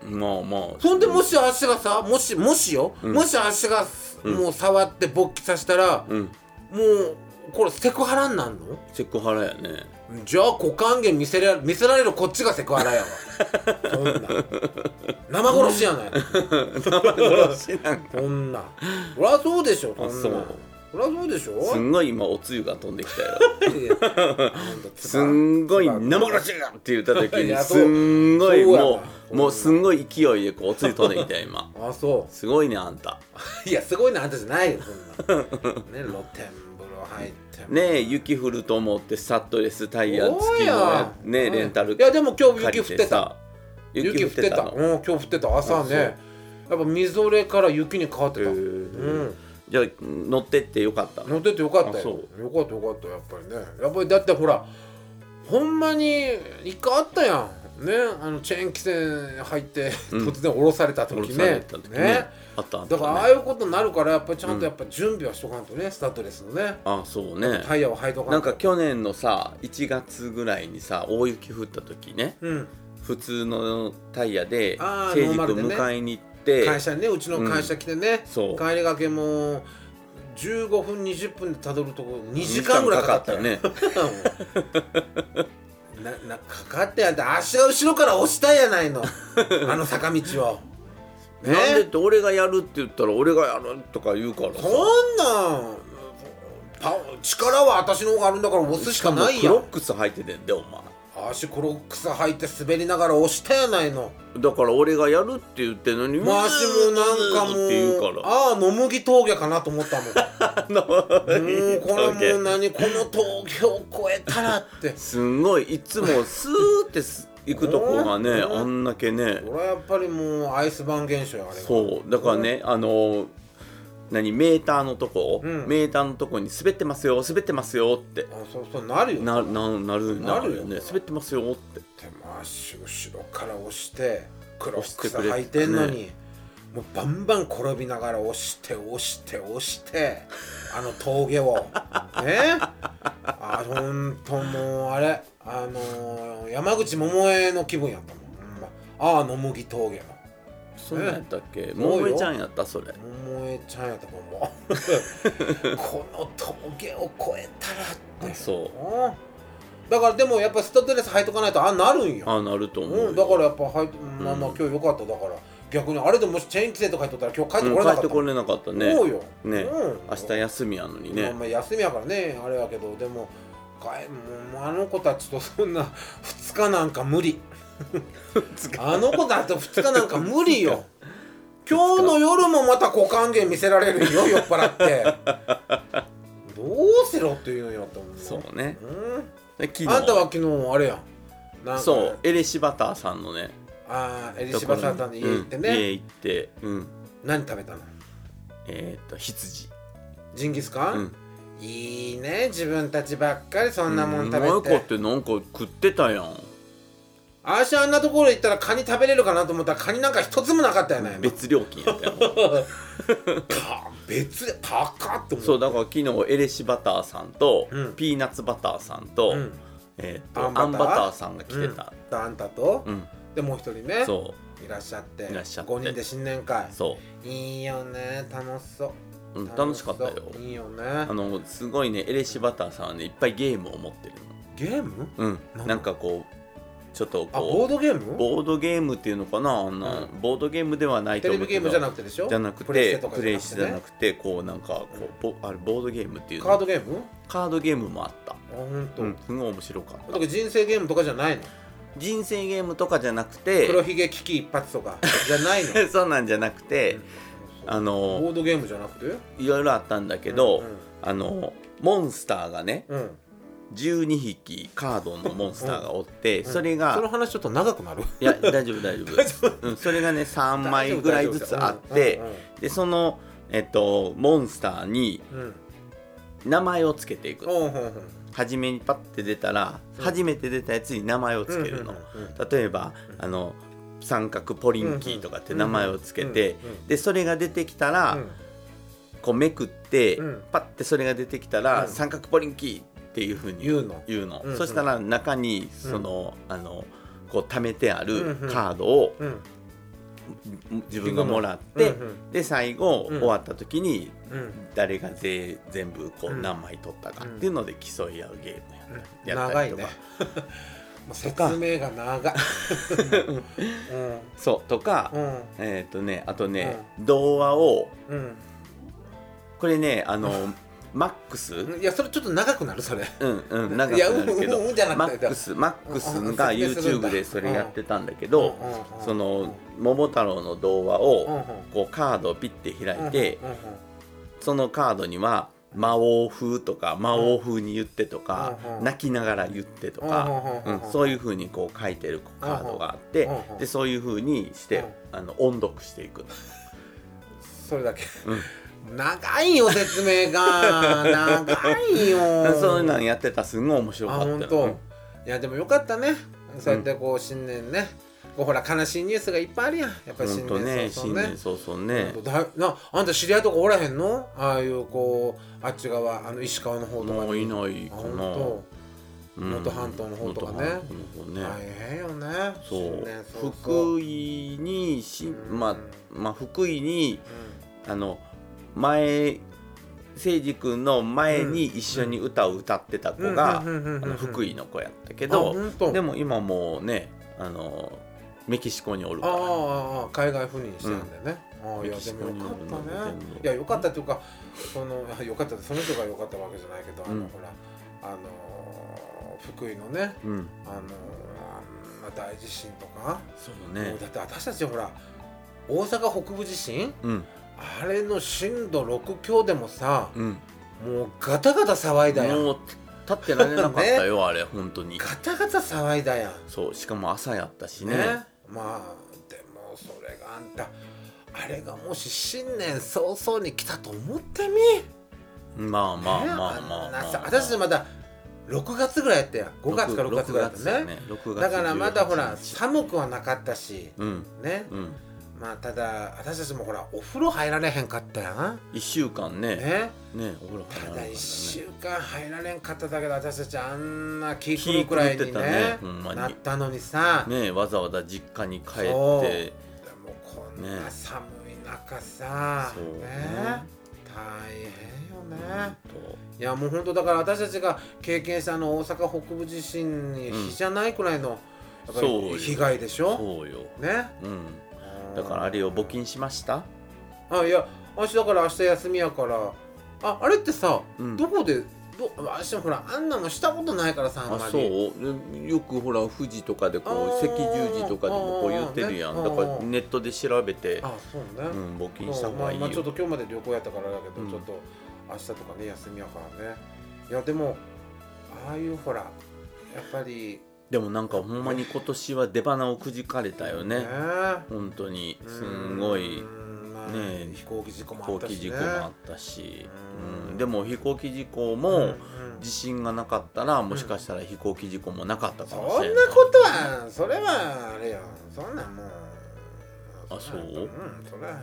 [SPEAKER 1] まあまあ
[SPEAKER 2] そんでもし足がさもしもしよ、もし足が
[SPEAKER 1] ん
[SPEAKER 2] もう触って勃起させたら、
[SPEAKER 1] うん
[SPEAKER 2] もうこれセクハラになんの
[SPEAKER 1] セクハラや ね
[SPEAKER 2] じゃあ股関元見せら見せられるこっちがセクハラやわそんなん生殺しやない
[SPEAKER 1] 殺しなん
[SPEAKER 2] そんなんそりゃそうでしょそんなん
[SPEAKER 1] あ
[SPEAKER 2] そ
[SPEAKER 1] そ
[SPEAKER 2] りゃ
[SPEAKER 1] う
[SPEAKER 2] そうでしょ
[SPEAKER 1] すんごい今おつゆが飛んできたよ
[SPEAKER 2] いやほんとつば
[SPEAKER 1] すんごい
[SPEAKER 2] つば
[SPEAKER 1] 生殺しがって言った時
[SPEAKER 2] い
[SPEAKER 1] に
[SPEAKER 2] や
[SPEAKER 1] す
[SPEAKER 2] そうん
[SPEAKER 1] ごい
[SPEAKER 2] そうやな
[SPEAKER 1] もうもうすんごい勢いでこうおつゆ飛んできたよ今
[SPEAKER 2] あそ
[SPEAKER 1] すごいねあんた
[SPEAKER 2] ういやすごいなあんたじゃないよそんなんね露天風呂入っても
[SPEAKER 1] ねえ雪降ると思ってサットレスタイヤ付
[SPEAKER 2] お
[SPEAKER 1] き
[SPEAKER 2] ー
[SPEAKER 1] の
[SPEAKER 2] や
[SPEAKER 1] やねえレンタル
[SPEAKER 2] いやでも今日
[SPEAKER 1] 借
[SPEAKER 2] 雪降
[SPEAKER 1] り
[SPEAKER 2] ってた
[SPEAKER 1] さ
[SPEAKER 2] 雪
[SPEAKER 1] 雪
[SPEAKER 2] 降
[SPEAKER 1] 降
[SPEAKER 2] っ
[SPEAKER 1] ってて
[SPEAKER 2] た
[SPEAKER 1] たの
[SPEAKER 2] うん今日降ってた朝ねやっぱみぞれから雪に変わって
[SPEAKER 1] へ
[SPEAKER 2] た
[SPEAKER 1] え
[SPEAKER 2] うん
[SPEAKER 1] じゃあ乗ってってよかったの
[SPEAKER 2] 乗っててよかった
[SPEAKER 1] あ
[SPEAKER 2] よ
[SPEAKER 1] そ
[SPEAKER 2] よかったよかったやっぱりねやっぱりだってほらほんまに一回あったやんねあのチェーン規制入って
[SPEAKER 1] うん
[SPEAKER 2] 突然降ろされた時
[SPEAKER 1] 降ろされ
[SPEAKER 2] ね,、
[SPEAKER 1] た時
[SPEAKER 2] ね
[SPEAKER 1] ねあったあった
[SPEAKER 2] だからああ
[SPEAKER 1] ね
[SPEAKER 2] いうことになるからやっぱりちゃんとやっぱ準備はしとかんとね、スタッドレスのね
[SPEAKER 1] あそうね
[SPEAKER 2] タイヤを履いとか
[SPEAKER 1] なん
[SPEAKER 2] と
[SPEAKER 1] か去年のさ1月ぐらいにさ大雪降った時ね
[SPEAKER 2] うん、
[SPEAKER 1] 普通のタイヤで
[SPEAKER 2] あー
[SPEAKER 1] 聖
[SPEAKER 2] ノ
[SPEAKER 1] 司
[SPEAKER 2] ーマル
[SPEAKER 1] 君
[SPEAKER 2] でね
[SPEAKER 1] 迎えに行って、
[SPEAKER 2] 会社にねうちの会社来てね、
[SPEAKER 1] そう
[SPEAKER 2] 帰りがけもう15分20分でたどるとこ2時間ぐらいかかったよ
[SPEAKER 1] ね
[SPEAKER 2] ななかかってやんって足が後ろから押したやな いのあの坂道をね
[SPEAKER 1] なんでって俺がやるって言ったら俺がやるとか言うから
[SPEAKER 2] こんなんパ力は私の方があるんだから押すしか
[SPEAKER 1] も
[SPEAKER 2] ない
[SPEAKER 1] ク
[SPEAKER 2] や
[SPEAKER 1] ロッ
[SPEAKER 2] ん
[SPEAKER 1] クス履いててんでお前
[SPEAKER 2] 足クロックス履いて滑りながら押したやないの
[SPEAKER 1] だから俺がやるって言ってんのに
[SPEAKER 2] もう足もなんかも
[SPEAKER 1] って言うか
[SPEAKER 2] う
[SPEAKER 1] ら
[SPEAKER 2] ああ野麦峠かなと思っ たもん
[SPEAKER 1] あの
[SPEAKER 2] もうこれもう何この峠を越えたら って
[SPEAKER 1] すんごいいつもスーってす行くとこがね
[SPEAKER 2] うん
[SPEAKER 1] あんだけね
[SPEAKER 2] 俺はやっぱりもうアイスバーン現象やあれは
[SPEAKER 1] そうだからねあの何メーターのとこ、
[SPEAKER 2] うん
[SPEAKER 1] メーターのとこに滑ってますよ滑ってますよって
[SPEAKER 2] あそうそうなるよ
[SPEAKER 1] なななる
[SPEAKER 2] な
[SPEAKER 1] な
[SPEAKER 2] る
[SPEAKER 1] る
[SPEAKER 2] よ
[SPEAKER 1] よね滑ってますよって
[SPEAKER 2] 手回し後ろから押して黒
[SPEAKER 1] 押して
[SPEAKER 2] 靴
[SPEAKER 1] くれてたね
[SPEAKER 2] 履いてんのにもうバンバン転びながら押して押して押してあの 峠をねあほんともうあれあのー山口百恵の気分やったもんほんまああ野麦峠の
[SPEAKER 1] そんなんやったっけ
[SPEAKER 2] そうよ
[SPEAKER 1] 桃江ちゃんやったそれ
[SPEAKER 2] 百恵ちゃんやったもんも うこの峠を越えたらって
[SPEAKER 1] あそう
[SPEAKER 2] うんだからでもやっぱスタッドレス履いとかないとああなるんよ
[SPEAKER 1] あなると思うよ、
[SPEAKER 2] うん、だからやっぱ入ってまあまあ
[SPEAKER 1] うん
[SPEAKER 2] 今日良かっただから、逆にあれでもしチェーン規制とか入っとったら今日帰ってこ
[SPEAKER 1] う
[SPEAKER 2] れ
[SPEAKER 1] ん帰っ
[SPEAKER 2] なかってた
[SPEAKER 1] こ
[SPEAKER 2] もん、
[SPEAKER 1] れなかったね
[SPEAKER 2] そうよ、
[SPEAKER 1] ね
[SPEAKER 2] うん、
[SPEAKER 1] 明日休みやのにね、
[SPEAKER 2] まあまあ休みやからねあれやけどでも帰もうあの子たちとそんな 2日なんか無理あの子たちと2日なんか無理よ今日の夜もまた股関係見せられる よ酔っ払ってどうせろって言うんやと思う
[SPEAKER 1] そうね
[SPEAKER 2] うん
[SPEAKER 1] で昨日
[SPEAKER 2] あんたは昨日あれやんなんか
[SPEAKER 1] そうエレシバターさんのね
[SPEAKER 2] ああエリシバさんの家行ってね、
[SPEAKER 1] うん家行ってうん
[SPEAKER 2] 何食べたの
[SPEAKER 1] えーっと羊
[SPEAKER 2] ジンギスカン、
[SPEAKER 1] うん
[SPEAKER 2] いいね自分たちばっかりそんなもん食べ
[SPEAKER 1] うんうまい
[SPEAKER 2] て、
[SPEAKER 1] 子ってなんか食ってたやん
[SPEAKER 2] あーしあんなところ行ったらカニ食べれるかなと思ったらカニなんか一つもなかったよね今
[SPEAKER 1] 別料金や ったやん
[SPEAKER 2] か別で高っって思う
[SPEAKER 1] そうだから昨日エレシバターさんと、
[SPEAKER 2] うん
[SPEAKER 1] ピーナッツバターさんと,、
[SPEAKER 2] うん
[SPEAKER 1] えーっと
[SPEAKER 2] あん
[SPEAKER 1] ア
[SPEAKER 2] バター
[SPEAKER 1] ンバターさんが来てた、
[SPEAKER 2] うんあんたと、
[SPEAKER 1] うん
[SPEAKER 2] でもう一人ね
[SPEAKER 1] そ
[SPEAKER 2] いらっしゃって
[SPEAKER 1] いらっしゃって
[SPEAKER 2] 5人で新年会
[SPEAKER 1] うそ
[SPEAKER 2] いいよね楽しそう
[SPEAKER 1] う、うん、楽しかったよ
[SPEAKER 2] 楽しそういいよね
[SPEAKER 1] あのすごいねエレシバターさんはねいっぱいゲームを持ってる
[SPEAKER 2] ゲーム
[SPEAKER 1] の
[SPEAKER 2] な
[SPEAKER 1] うんんなんかこうちょっと
[SPEAKER 2] あ
[SPEAKER 1] こ
[SPEAKER 2] ボードゲーム
[SPEAKER 1] うボードゲームっていうのかなあんな、
[SPEAKER 2] う
[SPEAKER 1] ボードゲームではない
[SPEAKER 2] テ
[SPEAKER 1] と
[SPEAKER 2] レ
[SPEAKER 1] 思
[SPEAKER 2] ビ
[SPEAKER 1] うけ
[SPEAKER 2] ゲーム
[SPEAKER 1] ど
[SPEAKER 2] じゃなくてでしょ
[SPEAKER 1] じゃなくてプ
[SPEAKER 2] プレ
[SPEAKER 1] レ
[SPEAKER 2] ステとか
[SPEAKER 1] イしてじゃ
[SPEAKER 2] ね
[SPEAKER 1] なくてこうなんかこうボあれボードゲームっていうの
[SPEAKER 2] カードゲーム
[SPEAKER 1] カードゲームもあった、
[SPEAKER 2] あ本当。
[SPEAKER 1] うん、すごい面白か
[SPEAKER 2] だ
[SPEAKER 1] っ
[SPEAKER 2] か
[SPEAKER 1] た
[SPEAKER 2] ら人生ゲームとかじゃないの
[SPEAKER 1] 人生ゲームとかじゃなくて
[SPEAKER 2] 黒ひげ危機一発とかじゃないの
[SPEAKER 1] そうなんじゃなくてあ
[SPEAKER 2] ボ
[SPEAKER 1] の
[SPEAKER 2] ードゲームじゃなくて
[SPEAKER 1] いろいろあったんだけど、
[SPEAKER 2] うん
[SPEAKER 1] あのモンスターがね
[SPEAKER 2] うんうん
[SPEAKER 1] 12匹カードのモンスターがおって、
[SPEAKER 2] うん
[SPEAKER 1] それ
[SPEAKER 2] その
[SPEAKER 1] が
[SPEAKER 2] 話ちょっと長くなる
[SPEAKER 1] いや大丈夫大丈 夫うん、それがね3枚ぐらいずつあって、でそのえっとモンスターに
[SPEAKER 2] うんうん
[SPEAKER 1] 名前をつけていく
[SPEAKER 2] うんうんうん
[SPEAKER 1] 初めにパッて出たら、
[SPEAKER 2] うん
[SPEAKER 1] 初めて出たやつに名前をつけるの、
[SPEAKER 2] うんうんうん
[SPEAKER 1] 例えばあの三角ポリンキーとかって名前をつけて、
[SPEAKER 2] うんうん
[SPEAKER 1] でそれが出てきたら、
[SPEAKER 2] うん
[SPEAKER 1] こうめくって、
[SPEAKER 2] うん
[SPEAKER 1] パッてそれが出てきたら、
[SPEAKER 2] うん
[SPEAKER 1] 三角ポリンキーっていうふうに
[SPEAKER 2] 言うの
[SPEAKER 1] 言うの、
[SPEAKER 2] うんうん
[SPEAKER 1] そしたら中にその、あのこう貯めてあるカードを
[SPEAKER 2] うん
[SPEAKER 1] 自分がもらって、
[SPEAKER 2] うん
[SPEAKER 1] で最後、
[SPEAKER 2] うん
[SPEAKER 1] 終わった時に
[SPEAKER 2] うんうん
[SPEAKER 1] 誰がぜ全部こ
[SPEAKER 2] う
[SPEAKER 1] うん何枚取ったかっていうので競い合うゲームやった,、やったり
[SPEAKER 2] 長い
[SPEAKER 1] とか、
[SPEAKER 2] ねもう説明が長いうん
[SPEAKER 1] そうとか、
[SPEAKER 2] うん
[SPEAKER 1] えっ、とねあとね、童話を
[SPEAKER 2] うん
[SPEAKER 1] これねあのマックス、うん
[SPEAKER 2] うんいやそれちょっと長くなるそれ
[SPEAKER 1] うん長く
[SPEAKER 2] いや
[SPEAKER 1] なるけど
[SPEAKER 2] うんうんうんじゃなくて
[SPEAKER 1] マックスマックスが
[SPEAKER 2] うんうん説明するんだ
[SPEAKER 1] YouTube でそれやってたんだけ
[SPEAKER 2] う
[SPEAKER 1] ど
[SPEAKER 2] ん、うんうん
[SPEAKER 1] その桃太郎の童話
[SPEAKER 2] うんう
[SPEAKER 1] を
[SPEAKER 2] ん
[SPEAKER 1] こうカードをピッて開いて、
[SPEAKER 2] うんうんうん
[SPEAKER 1] そのカードには魔王風とか魔王風に言ってとか、
[SPEAKER 2] うんうん
[SPEAKER 1] 泣きながら言ってとか、
[SPEAKER 2] うんうんうんうん
[SPEAKER 1] うんそういう風にこう書いてるカードがあって、
[SPEAKER 2] うんうん
[SPEAKER 1] でそういう風にして、
[SPEAKER 2] うん
[SPEAKER 1] あの音読していく、
[SPEAKER 2] それだけ
[SPEAKER 1] うん
[SPEAKER 2] 長いよ説明が長いよ
[SPEAKER 1] そういうのやってたらすごい面白
[SPEAKER 2] あ
[SPEAKER 1] かったよ
[SPEAKER 2] 本当。いやでもよかったねそうやってこう新年ね、こうほら悲しいニュースがいっぱいあるやんやっぱり
[SPEAKER 1] 本
[SPEAKER 2] 新
[SPEAKER 1] 当ね
[SPEAKER 2] 年早
[SPEAKER 1] 新
[SPEAKER 2] 々ね
[SPEAKER 1] 年早々ね
[SPEAKER 2] ほんとだいなあんた知り合いとかおらへんのああいうこうあっち側あの石川の方とか
[SPEAKER 1] もうい
[SPEAKER 2] の
[SPEAKER 1] ないかな
[SPEAKER 2] 本
[SPEAKER 1] うん
[SPEAKER 2] 能登半島の方とかね
[SPEAKER 1] 能登半島の方
[SPEAKER 2] 当
[SPEAKER 1] ね、
[SPEAKER 2] 大変よね
[SPEAKER 1] そう
[SPEAKER 2] 新年早々
[SPEAKER 1] 福井にし、
[SPEAKER 2] うん
[SPEAKER 1] まあまあ福井にあの前誠司君の前に一緒に歌を歌ってた子
[SPEAKER 2] うん
[SPEAKER 1] が、
[SPEAKER 2] うんうんうんうんうん
[SPEAKER 1] あの福井の子やったけ
[SPEAKER 2] け
[SPEAKER 1] ど、
[SPEAKER 2] 本当
[SPEAKER 1] でも今もうねあのメキシコにおる
[SPEAKER 2] あ
[SPEAKER 1] か
[SPEAKER 2] あ
[SPEAKER 1] ら
[SPEAKER 2] ああ海外赴任してたんだよね、ああ
[SPEAKER 1] メ
[SPEAKER 2] いや
[SPEAKER 1] キ
[SPEAKER 2] で
[SPEAKER 1] シ
[SPEAKER 2] も
[SPEAKER 1] コ
[SPEAKER 2] よ
[SPEAKER 1] に
[SPEAKER 2] かった
[SPEAKER 1] も
[SPEAKER 2] ね
[SPEAKER 1] 全部
[SPEAKER 2] いやよかったというかそのあよかったってその人がよかったわけじゃないけどあの、
[SPEAKER 1] うん
[SPEAKER 2] ほらあのー福井のね
[SPEAKER 1] うん
[SPEAKER 2] あのーあんな大地震とか、
[SPEAKER 1] そうね
[SPEAKER 2] もうだって私たちほら大阪北部地震
[SPEAKER 1] うん
[SPEAKER 2] あれの震度6強でもさ、
[SPEAKER 1] うん
[SPEAKER 2] もうガタガタ騒いだやん
[SPEAKER 1] もう立ってられなかったよ、あれ本当に
[SPEAKER 2] ガタガタ騒いだやん
[SPEAKER 1] そうしかも朝やったし
[SPEAKER 2] ね
[SPEAKER 1] ね
[SPEAKER 2] まあでもそれがあんたあれがもし新年早々に来たと思ってみ
[SPEAKER 1] まあまあまあまあまあ、
[SPEAKER 2] ねんなさ私たちまだ6月ぐらいやったやん5月か6月ぐらいだったね
[SPEAKER 1] 6月
[SPEAKER 2] だからまだほ
[SPEAKER 1] 18
[SPEAKER 2] ら
[SPEAKER 1] 日
[SPEAKER 2] 寒くはなかったし
[SPEAKER 1] うん
[SPEAKER 2] ね
[SPEAKER 1] うん
[SPEAKER 2] まあただ私たちもほらお風呂入られへんかったやん
[SPEAKER 1] 1週間ねね
[SPEAKER 2] ね
[SPEAKER 1] お風呂入ら
[SPEAKER 2] た
[SPEAKER 1] なかっ
[SPEAKER 2] だ
[SPEAKER 1] たね
[SPEAKER 2] 1週間入られんかっただけど私たちあんな気狂うくらい
[SPEAKER 1] 気
[SPEAKER 2] に
[SPEAKER 1] 狂ってたね
[SPEAKER 2] ね
[SPEAKER 1] ほんまに
[SPEAKER 2] なったのにさ
[SPEAKER 1] ねわざわざ実家に帰っ
[SPEAKER 2] そう
[SPEAKER 1] て
[SPEAKER 2] でもこんな寒い中さ、
[SPEAKER 1] そうね
[SPEAKER 2] ね大変よね、
[SPEAKER 1] ほんと
[SPEAKER 2] いやもう本当だから私たちが経験したあの大阪北部地震に
[SPEAKER 1] うん
[SPEAKER 2] 比じゃないくらいのやっぱ
[SPEAKER 1] そうよ
[SPEAKER 2] り被害でしょ、
[SPEAKER 1] そうよ
[SPEAKER 2] ね
[SPEAKER 1] うんだからあれを募金しました
[SPEAKER 2] あいや私だから明日休みやからああれってさ、
[SPEAKER 1] うん
[SPEAKER 2] どこでど私もほらあんなもしたことないからさあんま
[SPEAKER 1] あ
[SPEAKER 2] り
[SPEAKER 1] そうでよくほら富士とかでこ
[SPEAKER 2] あ
[SPEAKER 1] う
[SPEAKER 2] ー
[SPEAKER 1] 赤十字とかでもこう言ってるや
[SPEAKER 2] あー
[SPEAKER 1] ん
[SPEAKER 2] ね
[SPEAKER 1] だからネットで調べて
[SPEAKER 2] あそうね、
[SPEAKER 1] うん募金した方がいい
[SPEAKER 2] まあまあ、ちょっ
[SPEAKER 1] よ
[SPEAKER 2] と今日まで旅行やったからだけど、
[SPEAKER 1] うん
[SPEAKER 2] ちょっと明日とかね休みやからねいやでもああいうほらやっぱり
[SPEAKER 1] でもなんかほんまに今年は出花をくじかれたよね本当に
[SPEAKER 2] うん
[SPEAKER 1] すんごい
[SPEAKER 2] うんまあ
[SPEAKER 1] ねえ
[SPEAKER 2] 飛行機事故も
[SPEAKER 1] 飛行
[SPEAKER 2] あったし、ね、
[SPEAKER 1] 機事故もあったし
[SPEAKER 2] うん
[SPEAKER 1] うんでも飛行機事故
[SPEAKER 2] うん
[SPEAKER 1] も
[SPEAKER 2] うん
[SPEAKER 1] 地震がなかったらもしかしたら飛行機事故もなかったか
[SPEAKER 2] そ
[SPEAKER 1] もしれ
[SPEAKER 2] ん
[SPEAKER 1] な
[SPEAKER 2] ないことはそれはあれよそんなんもう
[SPEAKER 1] あそうん
[SPEAKER 2] それは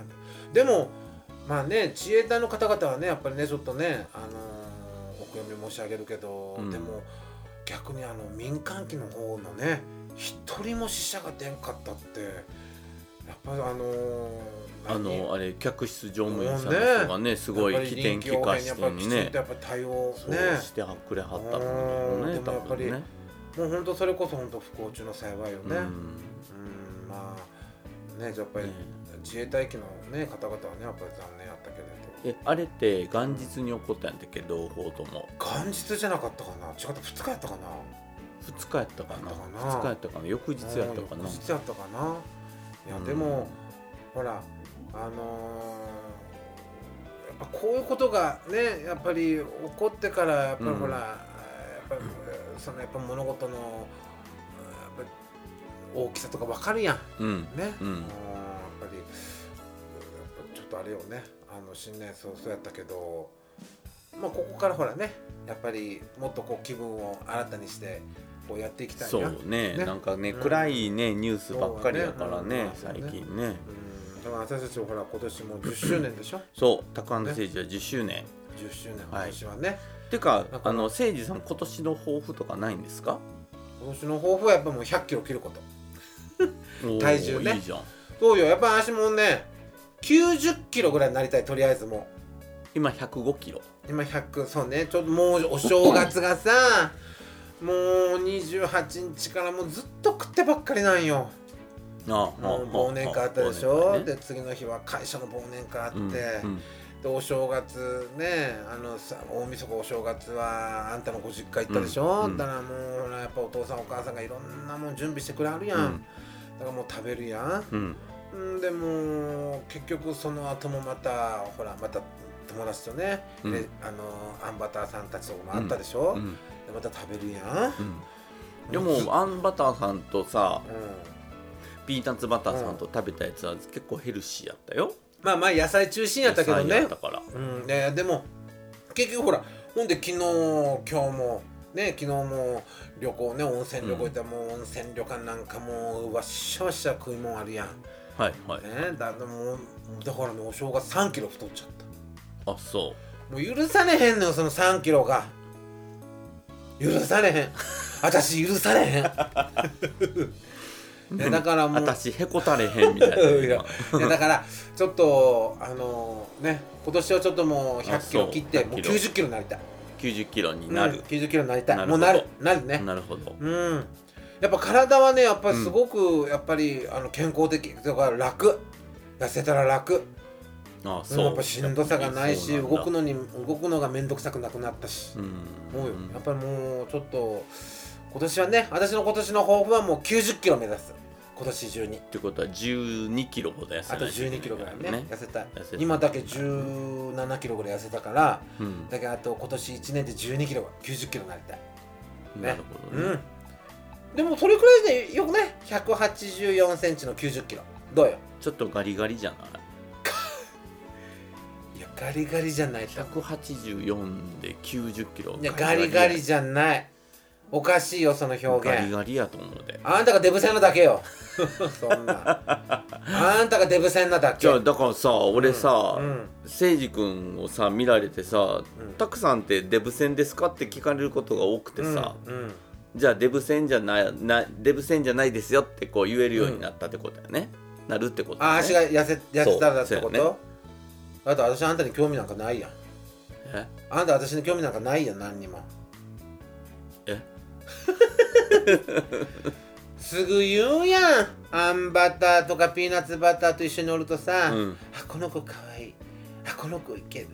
[SPEAKER 2] でもまあね自衛隊の方々はねやっぱりねちょっとねあのーお悔やみ申し上げるけど、
[SPEAKER 1] うん
[SPEAKER 2] でも逆にあの民間機の方のね一人も死者が出んかったってやっぱりあのー
[SPEAKER 1] あ
[SPEAKER 2] 何
[SPEAKER 1] のあれ客室乗務員さんの人がねすごい起点気化して
[SPEAKER 2] やっぱり臨
[SPEAKER 1] に
[SPEAKER 2] 機応変にやっぱりきちん
[SPEAKER 1] ね
[SPEAKER 2] とやっぱり対応
[SPEAKER 1] そう
[SPEAKER 2] ね
[SPEAKER 1] してはくれはったもんね
[SPEAKER 2] うんでも
[SPEAKER 1] 多
[SPEAKER 2] やっぱり
[SPEAKER 1] 分ね
[SPEAKER 2] もう本当それこそ本当不幸中の幸いよ
[SPEAKER 1] う
[SPEAKER 2] ね、
[SPEAKER 1] ん
[SPEAKER 2] うんまあねやっぱり
[SPEAKER 1] ね
[SPEAKER 2] 自衛隊機の、ね、方々はねやっぱり残念やったけれど
[SPEAKER 1] えあれって元日に起こったんだっけど両方とも
[SPEAKER 2] 元日じゃなかったかな違った2日やったかな
[SPEAKER 1] 2日やったかな
[SPEAKER 2] だったかな
[SPEAKER 1] 2日やったかな翌日やったか
[SPEAKER 2] うん
[SPEAKER 1] な
[SPEAKER 2] 翌日やったかないや、でもほらあのーやっぱこういうことがねやっぱり起こってからやっぱり
[SPEAKER 1] うん
[SPEAKER 2] ほら、やっぱりそのやっぱ物事のやっぱり大きさとかわかるやん
[SPEAKER 1] うん
[SPEAKER 2] ね、
[SPEAKER 1] うん
[SPEAKER 2] あのやっぱりやっぱちょっとあれよねあの新年早々やったけど、まあ、ここからほらねやっぱりもっとこう気分を新たにしてこうやっていきたいな
[SPEAKER 1] そうね
[SPEAKER 2] ね
[SPEAKER 1] なんかね
[SPEAKER 2] うん
[SPEAKER 1] 暗いねニュースばっかりやから
[SPEAKER 2] そう
[SPEAKER 1] ね
[SPEAKER 2] ね
[SPEAKER 1] 最近ね
[SPEAKER 2] うんだから私たちもほら今年もう10周年でしょ
[SPEAKER 1] そうタクアンドセージは10周年
[SPEAKER 2] 10周年今
[SPEAKER 1] はい
[SPEAKER 2] 年はね、
[SPEAKER 1] てか
[SPEAKER 2] だから
[SPEAKER 1] あの誠治さん今年の抱負とかないんですか
[SPEAKER 2] 今年の抱負はやっぱもう1 0 0キロ切ること
[SPEAKER 1] おー
[SPEAKER 2] 体重ね
[SPEAKER 1] いいじゃん
[SPEAKER 2] どうよやっぱ私もね9 0キロぐらいになりたいとりあえずもう。
[SPEAKER 1] 今105キロ
[SPEAKER 2] 今100そうねちょっともうお正月がさもう28日からもうずっと食ってばっかりなんよ
[SPEAKER 1] ああ
[SPEAKER 2] もう忘年会あったでし
[SPEAKER 1] 忘
[SPEAKER 2] ょ、
[SPEAKER 1] 年会ね
[SPEAKER 2] で次の日は会社の忘年会あって、
[SPEAKER 1] うん
[SPEAKER 2] で
[SPEAKER 1] うん
[SPEAKER 2] お正月ねあのさ大晦日お正月はあんたのご実家行ったでしょ、
[SPEAKER 1] うんうん
[SPEAKER 2] だからもうほらやっぱお父さんお母さんがいろんなもん準備してくれはるやん、
[SPEAKER 1] うん
[SPEAKER 2] だからもう食べるやん
[SPEAKER 1] うん
[SPEAKER 2] うんでも結局その後もまたほらまた友達とね、
[SPEAKER 1] うん
[SPEAKER 2] であのアンバターさんたちとかもあったでしょ、
[SPEAKER 1] うん
[SPEAKER 2] でまた食べるやん、
[SPEAKER 1] でもアンバターさんとさ
[SPEAKER 2] うん、
[SPEAKER 1] ピーナッツバターさんと食べたやつは結構ヘルシーやったよ
[SPEAKER 2] まあまあ野菜中心やったけど
[SPEAKER 1] 野菜や
[SPEAKER 2] ね
[SPEAKER 1] ったから
[SPEAKER 2] うんねでも結局ほらほんで昨日今日もね昨日も旅行ね温泉旅行行ったら、もう温泉旅館なんかもうわっしゃわっしゃ食いもんあるやん
[SPEAKER 1] はいはい
[SPEAKER 2] ねだでもだからねお正月3キロ太っちゃった
[SPEAKER 1] あそ
[SPEAKER 2] もう許されへんのよその3キロが許されへん私許さ れへん
[SPEAKER 1] う
[SPEAKER 2] いやだからもう
[SPEAKER 1] 私へこたれへんみたいな
[SPEAKER 2] いやいやだからちょっとあのね今年はちょっともう
[SPEAKER 1] あ
[SPEAKER 2] 100キ
[SPEAKER 1] そう
[SPEAKER 2] ロ切ってもう
[SPEAKER 1] 100キロ
[SPEAKER 2] 90キロになりたい
[SPEAKER 1] 90キロにな
[SPEAKER 2] うん
[SPEAKER 1] る
[SPEAKER 2] 90キロになりた
[SPEAKER 1] ないるほ
[SPEAKER 2] もう
[SPEAKER 1] ど
[SPEAKER 2] なるなるね
[SPEAKER 1] なるほど
[SPEAKER 2] うんやっぱ体はねやっぱりすごくやっぱり、あの健康的とか楽痩せたら楽
[SPEAKER 1] あ
[SPEAKER 2] そう
[SPEAKER 1] そう
[SPEAKER 2] やっぱしんどさがない
[SPEAKER 1] そ
[SPEAKER 2] し
[SPEAKER 1] うなんだ
[SPEAKER 2] 動くのに動くのが面倒くさくなくなったし
[SPEAKER 1] うん
[SPEAKER 2] もうよやっぱりもうちょっと今年はね私の今年の抱負はもう90キロ目指す今年中に
[SPEAKER 1] ってことは12キロほど痩せ
[SPEAKER 2] あ
[SPEAKER 1] ない
[SPEAKER 2] と
[SPEAKER 1] いけ
[SPEAKER 2] 12キロぐらいね痩せたい
[SPEAKER 1] 痩せたい
[SPEAKER 2] 今だけ17キロぐらい痩せたから
[SPEAKER 1] うん
[SPEAKER 2] だけどあと今年1年で12キロ90キロになりたいね
[SPEAKER 1] なるほどね
[SPEAKER 2] うんでもそれくらいでよくね1 8 4センチの9 0キロどうよ
[SPEAKER 1] ちょっとガリガリじゃない
[SPEAKER 2] ガリガリじゃないと
[SPEAKER 1] 184で90キロ
[SPEAKER 2] いやガリガリ
[SPEAKER 1] じ
[SPEAKER 2] じゃないおかしいよその表
[SPEAKER 1] ガリ
[SPEAKER 2] 現
[SPEAKER 1] ガリやと思うで
[SPEAKER 2] あんたがデブ戦なだ けよそんなあんたがデブ戦なだけ
[SPEAKER 1] じゃあだからさ俺さ、
[SPEAKER 2] う
[SPEAKER 1] うんせいじ君をさ見られてさ
[SPEAKER 2] うん
[SPEAKER 1] 「たくさんってデブ戦ですか?」って聞かれることが多くてさ、
[SPEAKER 2] うん
[SPEAKER 1] じゃあデブ戦じゃないなデブ戦じゃないですよってこう言えるようになったってことやね、なるってことや
[SPEAKER 2] あ足
[SPEAKER 1] ね
[SPEAKER 2] が痩せ痩せたらってこ
[SPEAKER 1] そうそうやね
[SPEAKER 2] とあと私あんたに興味なんかないやん
[SPEAKER 1] え
[SPEAKER 2] あんた私に興味なんかないやん何にも
[SPEAKER 1] え
[SPEAKER 2] すぐ言うやんあんバターとかピーナッツバターと一緒におるとさ、
[SPEAKER 1] うん
[SPEAKER 2] あこの子かわいいあこの子いける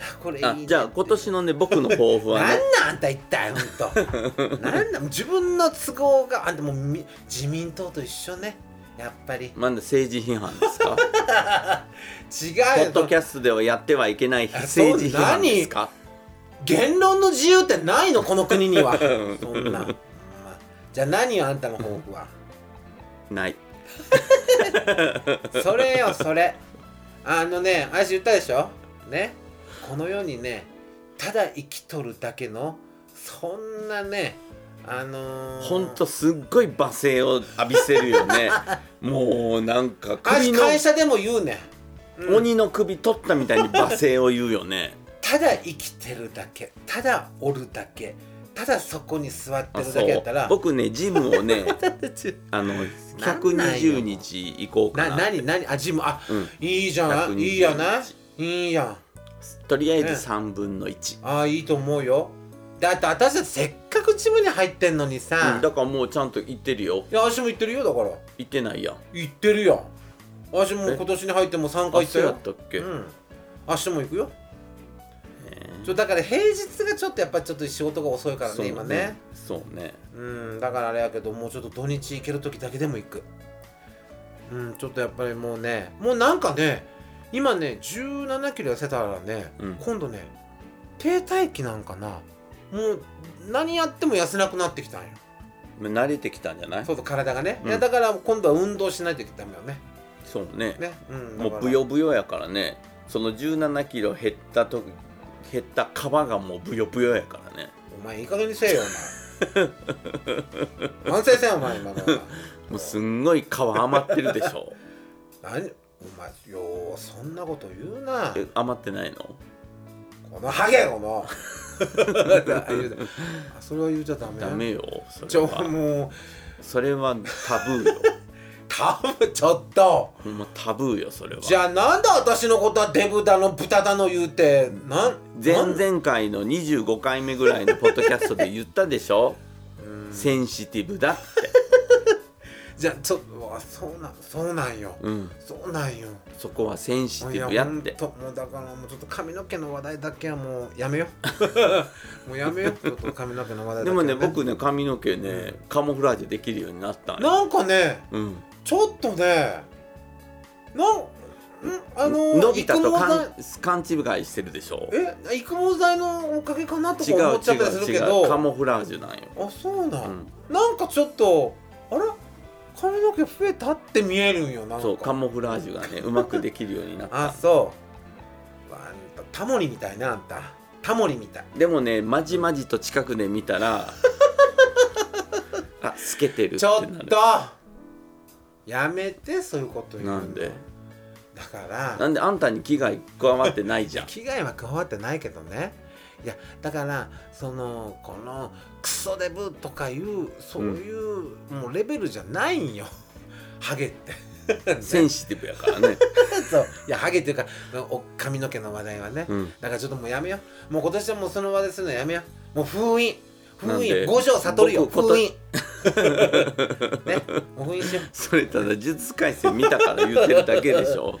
[SPEAKER 2] あこれいいね
[SPEAKER 1] あじゃあ今年のね僕の抱負は
[SPEAKER 2] なん
[SPEAKER 1] ね
[SPEAKER 2] なんあんた一体ほん となんなん自分の都合があんたもうみ自民党と一緒ねやっぱり
[SPEAKER 1] まだ政治批判ですか
[SPEAKER 2] 違
[SPEAKER 1] ポッ
[SPEAKER 2] う
[SPEAKER 1] ド
[SPEAKER 2] よ
[SPEAKER 1] キャストではやってはいけない政治批判ですか
[SPEAKER 2] 言論の自由ってないのこの国 には
[SPEAKER 1] うん
[SPEAKER 2] そんなんほんまじゃあ何よあんたの抱 負は
[SPEAKER 1] ない
[SPEAKER 2] それよそれあのね私言ったでしょねこの世にねただ生きとるだけのそんなねあのー、
[SPEAKER 1] ほんとすっごい罵声を浴びせるよ ねもうなんか首
[SPEAKER 2] 私
[SPEAKER 1] の
[SPEAKER 2] 会社でも言うねうん
[SPEAKER 1] 鬼の首取ったみたいに罵声を言うよね
[SPEAKER 2] ただ生きてるだけただおるだけただそこに座って
[SPEAKER 1] あ
[SPEAKER 2] る
[SPEAKER 1] そ
[SPEAKER 2] だ
[SPEAKER 1] う
[SPEAKER 2] けやったら
[SPEAKER 1] 僕ねジムを ね
[SPEAKER 2] な
[SPEAKER 1] あの
[SPEAKER 2] なんなんよ
[SPEAKER 1] 120日行こうかな
[SPEAKER 2] 何何あジムあ
[SPEAKER 1] うん
[SPEAKER 2] いいじゃん
[SPEAKER 1] 120
[SPEAKER 2] いいやないいやん
[SPEAKER 1] とりあえ
[SPEAKER 2] ね
[SPEAKER 1] ず3分の1、
[SPEAKER 2] あいいと思うよだって私たちせっかくジムに入ってんのにさ、
[SPEAKER 1] うん
[SPEAKER 2] い
[SPEAKER 1] だからもうちゃんと行ってるよ
[SPEAKER 2] や私も行ってるよだから
[SPEAKER 1] 行ってないやん
[SPEAKER 2] 行ってるよ私も今年に入ってもう3回行
[SPEAKER 1] あ
[SPEAKER 2] った
[SPEAKER 1] そうや
[SPEAKER 2] よ
[SPEAKER 1] ったっけ、
[SPEAKER 2] うん明日も行くよ
[SPEAKER 1] ね
[SPEAKER 2] ちょだから平日がちょっとやっぱちょっと仕事が遅いからね今ね
[SPEAKER 1] そうね
[SPEAKER 2] うんだからあれやけどもうちょっと土日行ける時だけでも行くうんちょっとやっぱりもうねもうなんかね今ね1 7キロ痩せたらね、
[SPEAKER 1] うん
[SPEAKER 2] 今度ね停滞期なんかなもう何やっても痩せなくなってきたんよ
[SPEAKER 1] もう慣れてきたんじゃない
[SPEAKER 2] そうそう体がね、
[SPEAKER 1] うん
[SPEAKER 2] いやだから今度は運動しないとダメよね
[SPEAKER 1] そうね
[SPEAKER 2] ね、うん、
[SPEAKER 1] も
[SPEAKER 2] だ
[SPEAKER 1] う
[SPEAKER 2] から
[SPEAKER 1] ブヨブヨやからねその1 7キロ減ったと減った皮がもうブヨブヨやからね
[SPEAKER 2] お前いい加減にせえよお 前反省せんお前今のは
[SPEAKER 1] もうすんごい皮余ってるでし ょ
[SPEAKER 2] 何お前ようそんなこと言うな
[SPEAKER 1] え余ってないの
[SPEAKER 2] このハゲこのあそれは言っちゃダメ
[SPEAKER 1] ダメよそ
[SPEAKER 2] ち
[SPEAKER 1] れ
[SPEAKER 2] ょ
[SPEAKER 1] は
[SPEAKER 2] もう
[SPEAKER 1] それはタブーよ
[SPEAKER 2] 多分ちょっと
[SPEAKER 1] ほんまタブーよそれは
[SPEAKER 2] じゃあなんで私のことはデブだの豚だの言うてなん
[SPEAKER 1] 前
[SPEAKER 2] なん
[SPEAKER 1] 々回の25回目ぐらいのポッドキャストで言ったでしょセンシティブだって、
[SPEAKER 2] じゃあちょっとそうなんそうなんよ、
[SPEAKER 1] うん、
[SPEAKER 2] そうなんよ
[SPEAKER 1] そこはセンシ
[SPEAKER 2] い
[SPEAKER 1] テ
[SPEAKER 2] や
[SPEAKER 1] ィブやっ
[SPEAKER 2] ほん
[SPEAKER 1] て
[SPEAKER 2] ともうだからもうちょっと髪の毛の話題だけはもうやめよ うもうやめようちょっと髪の毛の話題だけ
[SPEAKER 1] でも
[SPEAKER 2] は
[SPEAKER 1] ね僕ね髪の毛ねカモフラージュできるようになったんよ
[SPEAKER 2] なんかね
[SPEAKER 1] うん、
[SPEAKER 2] ちょっとねなんんあのー
[SPEAKER 1] のび太と
[SPEAKER 2] 育毛剤
[SPEAKER 1] 勘勘違いしてるでしょ
[SPEAKER 2] え育毛剤のおかげかなと
[SPEAKER 1] 違
[SPEAKER 2] か思
[SPEAKER 1] う
[SPEAKER 2] っちゃったりする
[SPEAKER 1] 違う
[SPEAKER 2] け
[SPEAKER 1] 違うカ
[SPEAKER 2] ど
[SPEAKER 1] モフラージュなんよ、
[SPEAKER 2] あそうな、
[SPEAKER 1] うんん、
[SPEAKER 2] なんかちょっとあれ髪の毛増えたって見えるんよなんか
[SPEAKER 1] そうカモフラージュがねうまくできるようになっ
[SPEAKER 2] あ
[SPEAKER 1] た
[SPEAKER 2] そうわあんたタモリみたいねあんたタモリみたい
[SPEAKER 1] でもねまじまじと近くで見た らあ透けてるって
[SPEAKER 2] ちょっ
[SPEAKER 1] なる
[SPEAKER 2] とやめてそういうこと言うの
[SPEAKER 1] なんで
[SPEAKER 2] だから
[SPEAKER 1] なんであんたに危害加わってない じゃん
[SPEAKER 2] 危害は加わってないけどねいやだからそのこのクソデブとかいうそういう,、もうレベルじゃないんよハゲって
[SPEAKER 1] センシティブやからね、
[SPEAKER 2] そういやハゲっていうかお髪の毛の話題はね、
[SPEAKER 1] うん、
[SPEAKER 2] だからちょっともうやめようもう今年はもうその話題するのやめようもう封印
[SPEAKER 1] なん
[SPEAKER 2] 封印
[SPEAKER 1] で
[SPEAKER 2] 五条悟るよ
[SPEAKER 1] 僕今
[SPEAKER 2] 封印
[SPEAKER 1] 年
[SPEAKER 2] ねもう封印しよ
[SPEAKER 1] それただ呪術廻戦見たから言ってるだけでしょ
[SPEAKER 2] う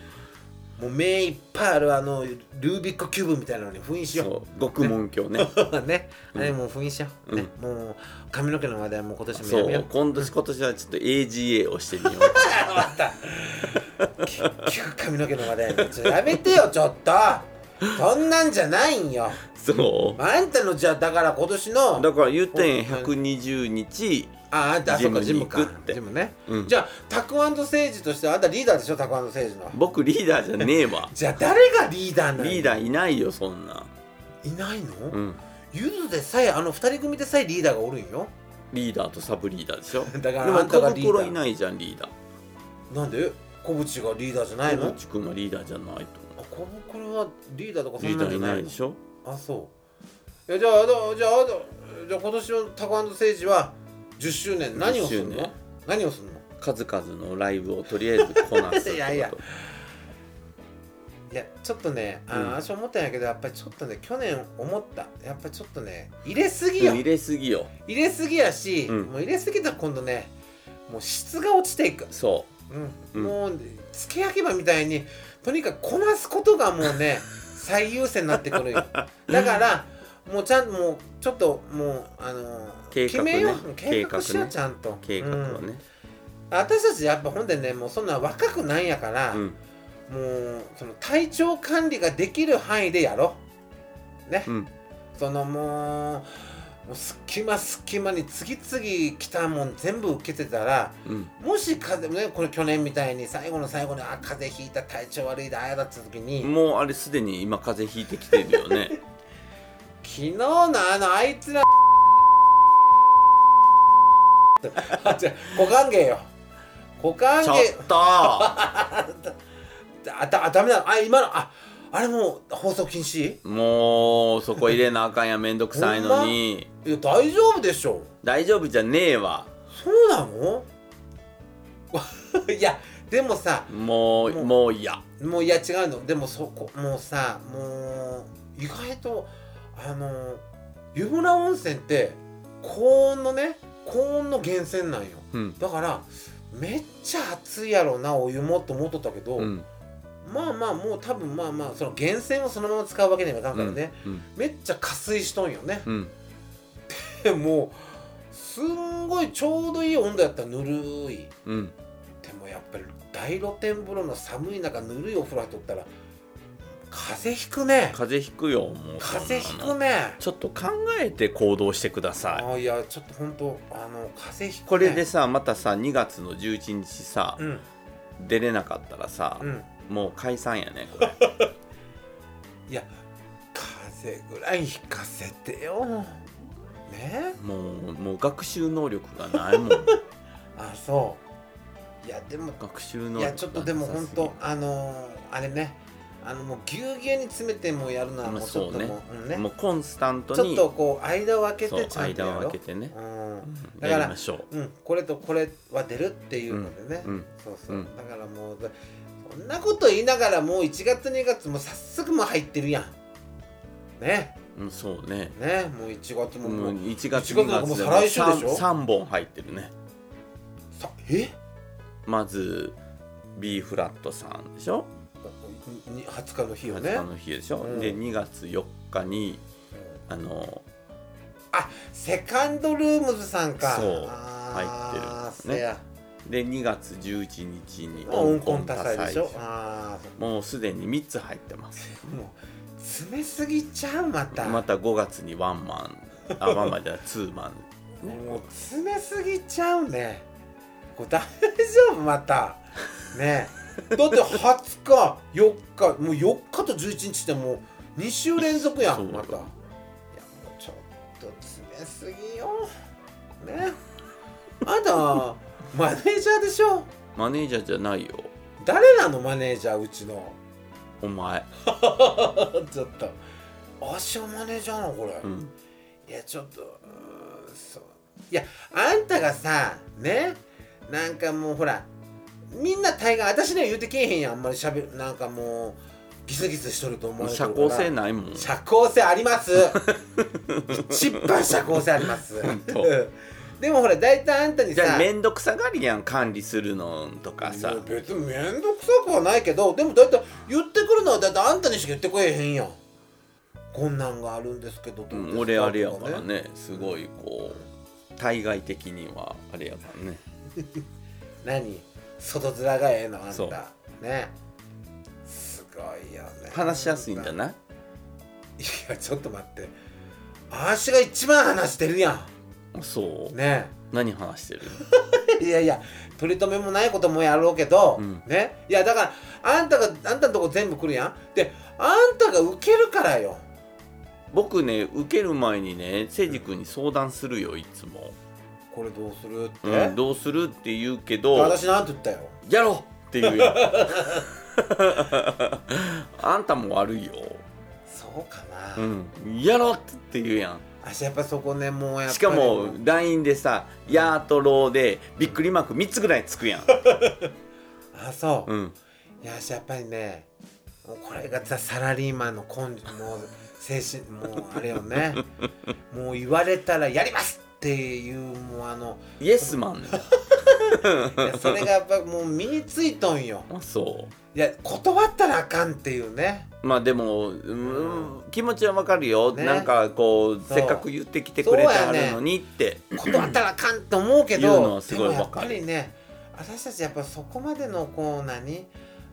[SPEAKER 2] もう目いっぱいあるあのルービックキューブみたいなのに封印しよう
[SPEAKER 1] そう獄門鏡 ね
[SPEAKER 2] ね、あれもう封印しよう、ね、もう髪の毛の話題はもう今年も
[SPEAKER 1] そ
[SPEAKER 2] やめよ
[SPEAKER 1] う
[SPEAKER 2] う
[SPEAKER 1] 今年今年はちょっと AGA をしてみよう
[SPEAKER 2] 結局髪の毛の話題ちょっとやめてよちょっとそんなんじゃないんよ
[SPEAKER 1] そう
[SPEAKER 2] あんたのじゃあだから今年の
[SPEAKER 1] だから言ってん120日
[SPEAKER 2] ああんたあそっかジ
[SPEAKER 1] ジム
[SPEAKER 2] ム
[SPEAKER 1] に行
[SPEAKER 2] か
[SPEAKER 1] くって
[SPEAKER 2] ジムね、
[SPEAKER 1] うん
[SPEAKER 2] じゃあタクアンドセイジとしてあんたリーダーでしょタクアンドセイジの
[SPEAKER 1] 僕リーダーじゃねえ わ
[SPEAKER 2] じゃあ誰がリーダーなの
[SPEAKER 1] リーダーいないよそんない
[SPEAKER 2] ないの、
[SPEAKER 1] うん
[SPEAKER 2] ゆずでさえあの二人組でさえリーダーがおるんよ
[SPEAKER 1] リーダーとサブリーダーでしょ
[SPEAKER 2] だから
[SPEAKER 1] でも
[SPEAKER 2] あんたが
[SPEAKER 1] 小
[SPEAKER 2] リーダー
[SPEAKER 1] 袋いないじゃんリーダー
[SPEAKER 2] なんで小渕がリーダーじゃない
[SPEAKER 1] 小
[SPEAKER 2] の
[SPEAKER 1] 渕君はリーダーじゃないと
[SPEAKER 2] あ小袋はリーダーとかそ
[SPEAKER 1] リ
[SPEAKER 2] ん
[SPEAKER 1] ー
[SPEAKER 2] な
[SPEAKER 1] ダ
[SPEAKER 2] んじ
[SPEAKER 1] ー
[SPEAKER 2] ゃ
[SPEAKER 1] い
[SPEAKER 2] ない
[SPEAKER 1] な
[SPEAKER 2] の
[SPEAKER 1] いでしょ
[SPEAKER 2] あそういやじゃああのじゃああのじゃあ今年のタコ政治は10周年何をする
[SPEAKER 1] 10
[SPEAKER 2] の
[SPEAKER 1] 周年
[SPEAKER 2] 何をするの
[SPEAKER 1] 数々のライブをとりあえずこなすってこと
[SPEAKER 2] いやいやいやちょっとねあ
[SPEAKER 1] うん
[SPEAKER 2] ー、私思ったんやけどやっぱりちょっとね去年思ったやっぱりちょっとね入れすぎよ、
[SPEAKER 1] うん入れすぎよ
[SPEAKER 2] 入れすぎやし、
[SPEAKER 1] うん
[SPEAKER 2] もう入れすぎたら今度ねもう質が落ちていく、
[SPEAKER 1] そ
[SPEAKER 2] うん
[SPEAKER 1] うん
[SPEAKER 2] もうつけ焼き場みたいにとにかくこなすことがもう ね最優先になってくるよだからもうちゃんともうちょっともうあのー
[SPEAKER 1] 計画ね
[SPEAKER 2] 決めよう計
[SPEAKER 1] 計画ね
[SPEAKER 2] 画しよう、ちゃんと
[SPEAKER 1] う計画は
[SPEAKER 2] うん
[SPEAKER 1] ね
[SPEAKER 2] 私たちやっぱほんでねもうそんな若くないんやから、
[SPEAKER 1] うん
[SPEAKER 2] もうその体調管理ができる範囲でやろうね、
[SPEAKER 1] うん
[SPEAKER 2] そのもうもう隙間隙間に次々来たもん全部受けてたら
[SPEAKER 1] うん
[SPEAKER 2] もし風邪ねこれ去年みたいに最後の最後にあ風邪ひいた体調悪いだああやだって時に、
[SPEAKER 1] もうあれすでに今風邪ひいてきてるよ ね
[SPEAKER 2] 昨日のあのあいつらあ違う股関係よ股関
[SPEAKER 1] ちょ
[SPEAKER 2] 係
[SPEAKER 1] っと
[SPEAKER 2] あだあダメだあ今のああれもう放送禁止
[SPEAKER 1] もうそこ入れなあかんやめんどくさいのに
[SPEAKER 2] いや大丈夫でしょ
[SPEAKER 1] 大丈夫じゃねえわ
[SPEAKER 2] そうなの いやでもさ
[SPEAKER 1] もう
[SPEAKER 2] もう
[SPEAKER 1] もういや
[SPEAKER 2] もういや違うのでもそこもうさもう意外とあの湯村温泉って高温のね高温の源泉なんよ
[SPEAKER 1] うん
[SPEAKER 2] だからめっちゃ熱いやろなお湯もと思っとったけど、
[SPEAKER 1] うん
[SPEAKER 2] まあまあもう多分まあまあその源泉をそのまま使うわけにはいかんからね、
[SPEAKER 1] うん
[SPEAKER 2] めっちゃ加水しとんよね
[SPEAKER 1] うん
[SPEAKER 2] でもうすんごいちょうどいい温度やったらぬるい
[SPEAKER 1] うん
[SPEAKER 2] でもやっぱり大露天風呂の寒い中ぬるいお風呂入っとったら風邪ひくね
[SPEAKER 1] 風邪ひくよもうそんなの
[SPEAKER 2] 風邪ひくね
[SPEAKER 1] ちょっと考えて行動してください
[SPEAKER 2] あいやちょっと本当あの風邪ひく、ね、
[SPEAKER 1] これでさまたさ2月の11日さ
[SPEAKER 2] うん
[SPEAKER 1] 出れなかったらさ
[SPEAKER 2] うん
[SPEAKER 1] もう解散やねこ れ
[SPEAKER 2] いや風邪ぐらいひかせてよね
[SPEAKER 1] もうもう学習能力がないもん
[SPEAKER 2] あそういやでも
[SPEAKER 1] 学習能力
[SPEAKER 2] いやちょっとでも
[SPEAKER 1] がな
[SPEAKER 2] 本
[SPEAKER 1] さすぎる
[SPEAKER 2] 当あのーあれねあのもうぎゅうぎゅうに詰めてもうやるのはもう
[SPEAKER 1] まあ
[SPEAKER 2] ちょっと
[SPEAKER 1] そうね
[SPEAKER 2] もう,、うんね
[SPEAKER 1] もうコンスタント
[SPEAKER 2] ちょ
[SPEAKER 1] に
[SPEAKER 2] っとこう間を空け
[SPEAKER 1] そう
[SPEAKER 2] てちゃんと
[SPEAKER 1] 間
[SPEAKER 2] や
[SPEAKER 1] を
[SPEAKER 2] ろ
[SPEAKER 1] 空けてね
[SPEAKER 2] う、うん
[SPEAKER 1] うん
[SPEAKER 2] だから
[SPEAKER 1] やりましょう
[SPEAKER 2] うん、これとこれは出るっていうのでね、
[SPEAKER 1] うんうん
[SPEAKER 2] そうそう、
[SPEAKER 1] うん
[SPEAKER 2] だからもうだそんなこと言いながらもう1月2月も早速もう入ってるやんね
[SPEAKER 1] うん、そうね
[SPEAKER 2] ねもう1月もも
[SPEAKER 1] も
[SPEAKER 2] う
[SPEAKER 1] う1月
[SPEAKER 2] 1月なんかもう再来週でしょ
[SPEAKER 1] 3, 三本入ってるね
[SPEAKER 2] さえ
[SPEAKER 1] まず B フラットさんでしょ
[SPEAKER 2] に20日の日よね
[SPEAKER 1] 20日の日でしょ、
[SPEAKER 2] うん
[SPEAKER 1] で2月4日にあの
[SPEAKER 2] あセカンドルームズさんか
[SPEAKER 1] そう
[SPEAKER 2] あー
[SPEAKER 1] 入ってるね
[SPEAKER 2] せや
[SPEAKER 1] で2月11日に
[SPEAKER 2] 温魂多
[SPEAKER 1] 音
[SPEAKER 2] 彩
[SPEAKER 1] 魂
[SPEAKER 2] でしょあ
[SPEAKER 1] もうすでに3つ入ってます
[SPEAKER 2] あもう詰めすぎちゃうまた
[SPEAKER 1] また5月にワンマ ンあワンマンじゃないツーマン、ね、
[SPEAKER 2] もう詰めすぎちゃうねこれ大丈夫またねえだって20日4日もう4日と11日ってもう2週連続や
[SPEAKER 1] そうんよ
[SPEAKER 2] またいやもうちょっと詰めすぎよねえあなたマネージャーでしょ
[SPEAKER 1] マネージャーじゃないよ
[SPEAKER 2] 誰なのマネージャーうちの
[SPEAKER 1] お前、
[SPEAKER 2] ちょっとあっしはマネージャーなのこれ、
[SPEAKER 1] うん、
[SPEAKER 2] いやちょっとうーんそういやあんたがさねなんかもうほらみんな大概私には言うてけえへんやんあんまりしゃべるなんかもうギスギスしとると思
[SPEAKER 1] も
[SPEAKER 2] わ
[SPEAKER 1] う
[SPEAKER 2] れて
[SPEAKER 1] 社
[SPEAKER 2] る
[SPEAKER 1] 交性
[SPEAKER 2] な
[SPEAKER 1] ないもん
[SPEAKER 2] 社交性あります一番社交性あります
[SPEAKER 1] 本当
[SPEAKER 2] でもほら大体あんたに
[SPEAKER 1] じゃあ
[SPEAKER 2] さ
[SPEAKER 1] 面倒くさがりやん管理するのとかさ
[SPEAKER 2] もう別に面倒くさくはないけどでも大体言ってくるのは大体あんたにしか言ってこえへんやんこんなんがあるんですけどどうですか
[SPEAKER 1] うん俺あれやか
[SPEAKER 2] と
[SPEAKER 1] らねすごいこう対外的にはあれやからね
[SPEAKER 2] 何外面がええのあん
[SPEAKER 1] そう
[SPEAKER 2] たねすごいよね
[SPEAKER 1] 話しやすいんじゃ
[SPEAKER 2] い
[SPEAKER 1] ない
[SPEAKER 2] やちょっと待ってあーしが一番話してるや
[SPEAKER 1] そ
[SPEAKER 2] ん
[SPEAKER 1] う
[SPEAKER 2] ねえ
[SPEAKER 1] 何話してる
[SPEAKER 2] いやいや取り留めもないこともやろうけど、
[SPEAKER 1] うん
[SPEAKER 2] ねいやだからあんたがあんたのとこ全部来るやんであんたがウケるからよ
[SPEAKER 1] 僕ね受ける前にねせいじ君に相談するよいつも、
[SPEAKER 2] これどうするって、
[SPEAKER 1] うん、どうするって言うけど
[SPEAKER 2] 私なんて言ったよ
[SPEAKER 1] やろうって言うよ あんたも悪いよ、
[SPEAKER 2] そうかな、
[SPEAKER 1] うん、やろうって言うやん
[SPEAKER 2] あしやっぱそこねもうやっぱり
[SPEAKER 1] しかも LINE でさ「やー」と「ろー」でびっくりマーク3つぐらいつくやん、
[SPEAKER 2] あそう、
[SPEAKER 1] うん、
[SPEAKER 2] いやしやっぱりねもうこれがさサラリーマンの根性もう精神もうあれよ ねもう言われたらやりますっていうもうあの
[SPEAKER 1] イエスマンだ
[SPEAKER 2] いやそれがやっぱもう身についとんよ
[SPEAKER 1] あそ
[SPEAKER 2] いや断ったらあかんっていうね
[SPEAKER 1] うまあでも、うん、気持ちはわかるよ、
[SPEAKER 2] ね
[SPEAKER 1] なんかこう
[SPEAKER 2] そう
[SPEAKER 1] せっかく言ってきてくれてあるのにって、
[SPEAKER 2] 断ったらあかんと思うけ
[SPEAKER 1] 言うの
[SPEAKER 2] ど
[SPEAKER 1] はすごい
[SPEAKER 2] でもや
[SPEAKER 1] わ
[SPEAKER 2] っ
[SPEAKER 1] か
[SPEAKER 2] ぱ
[SPEAKER 1] る
[SPEAKER 2] りね私たちやっぱそこまでのこう何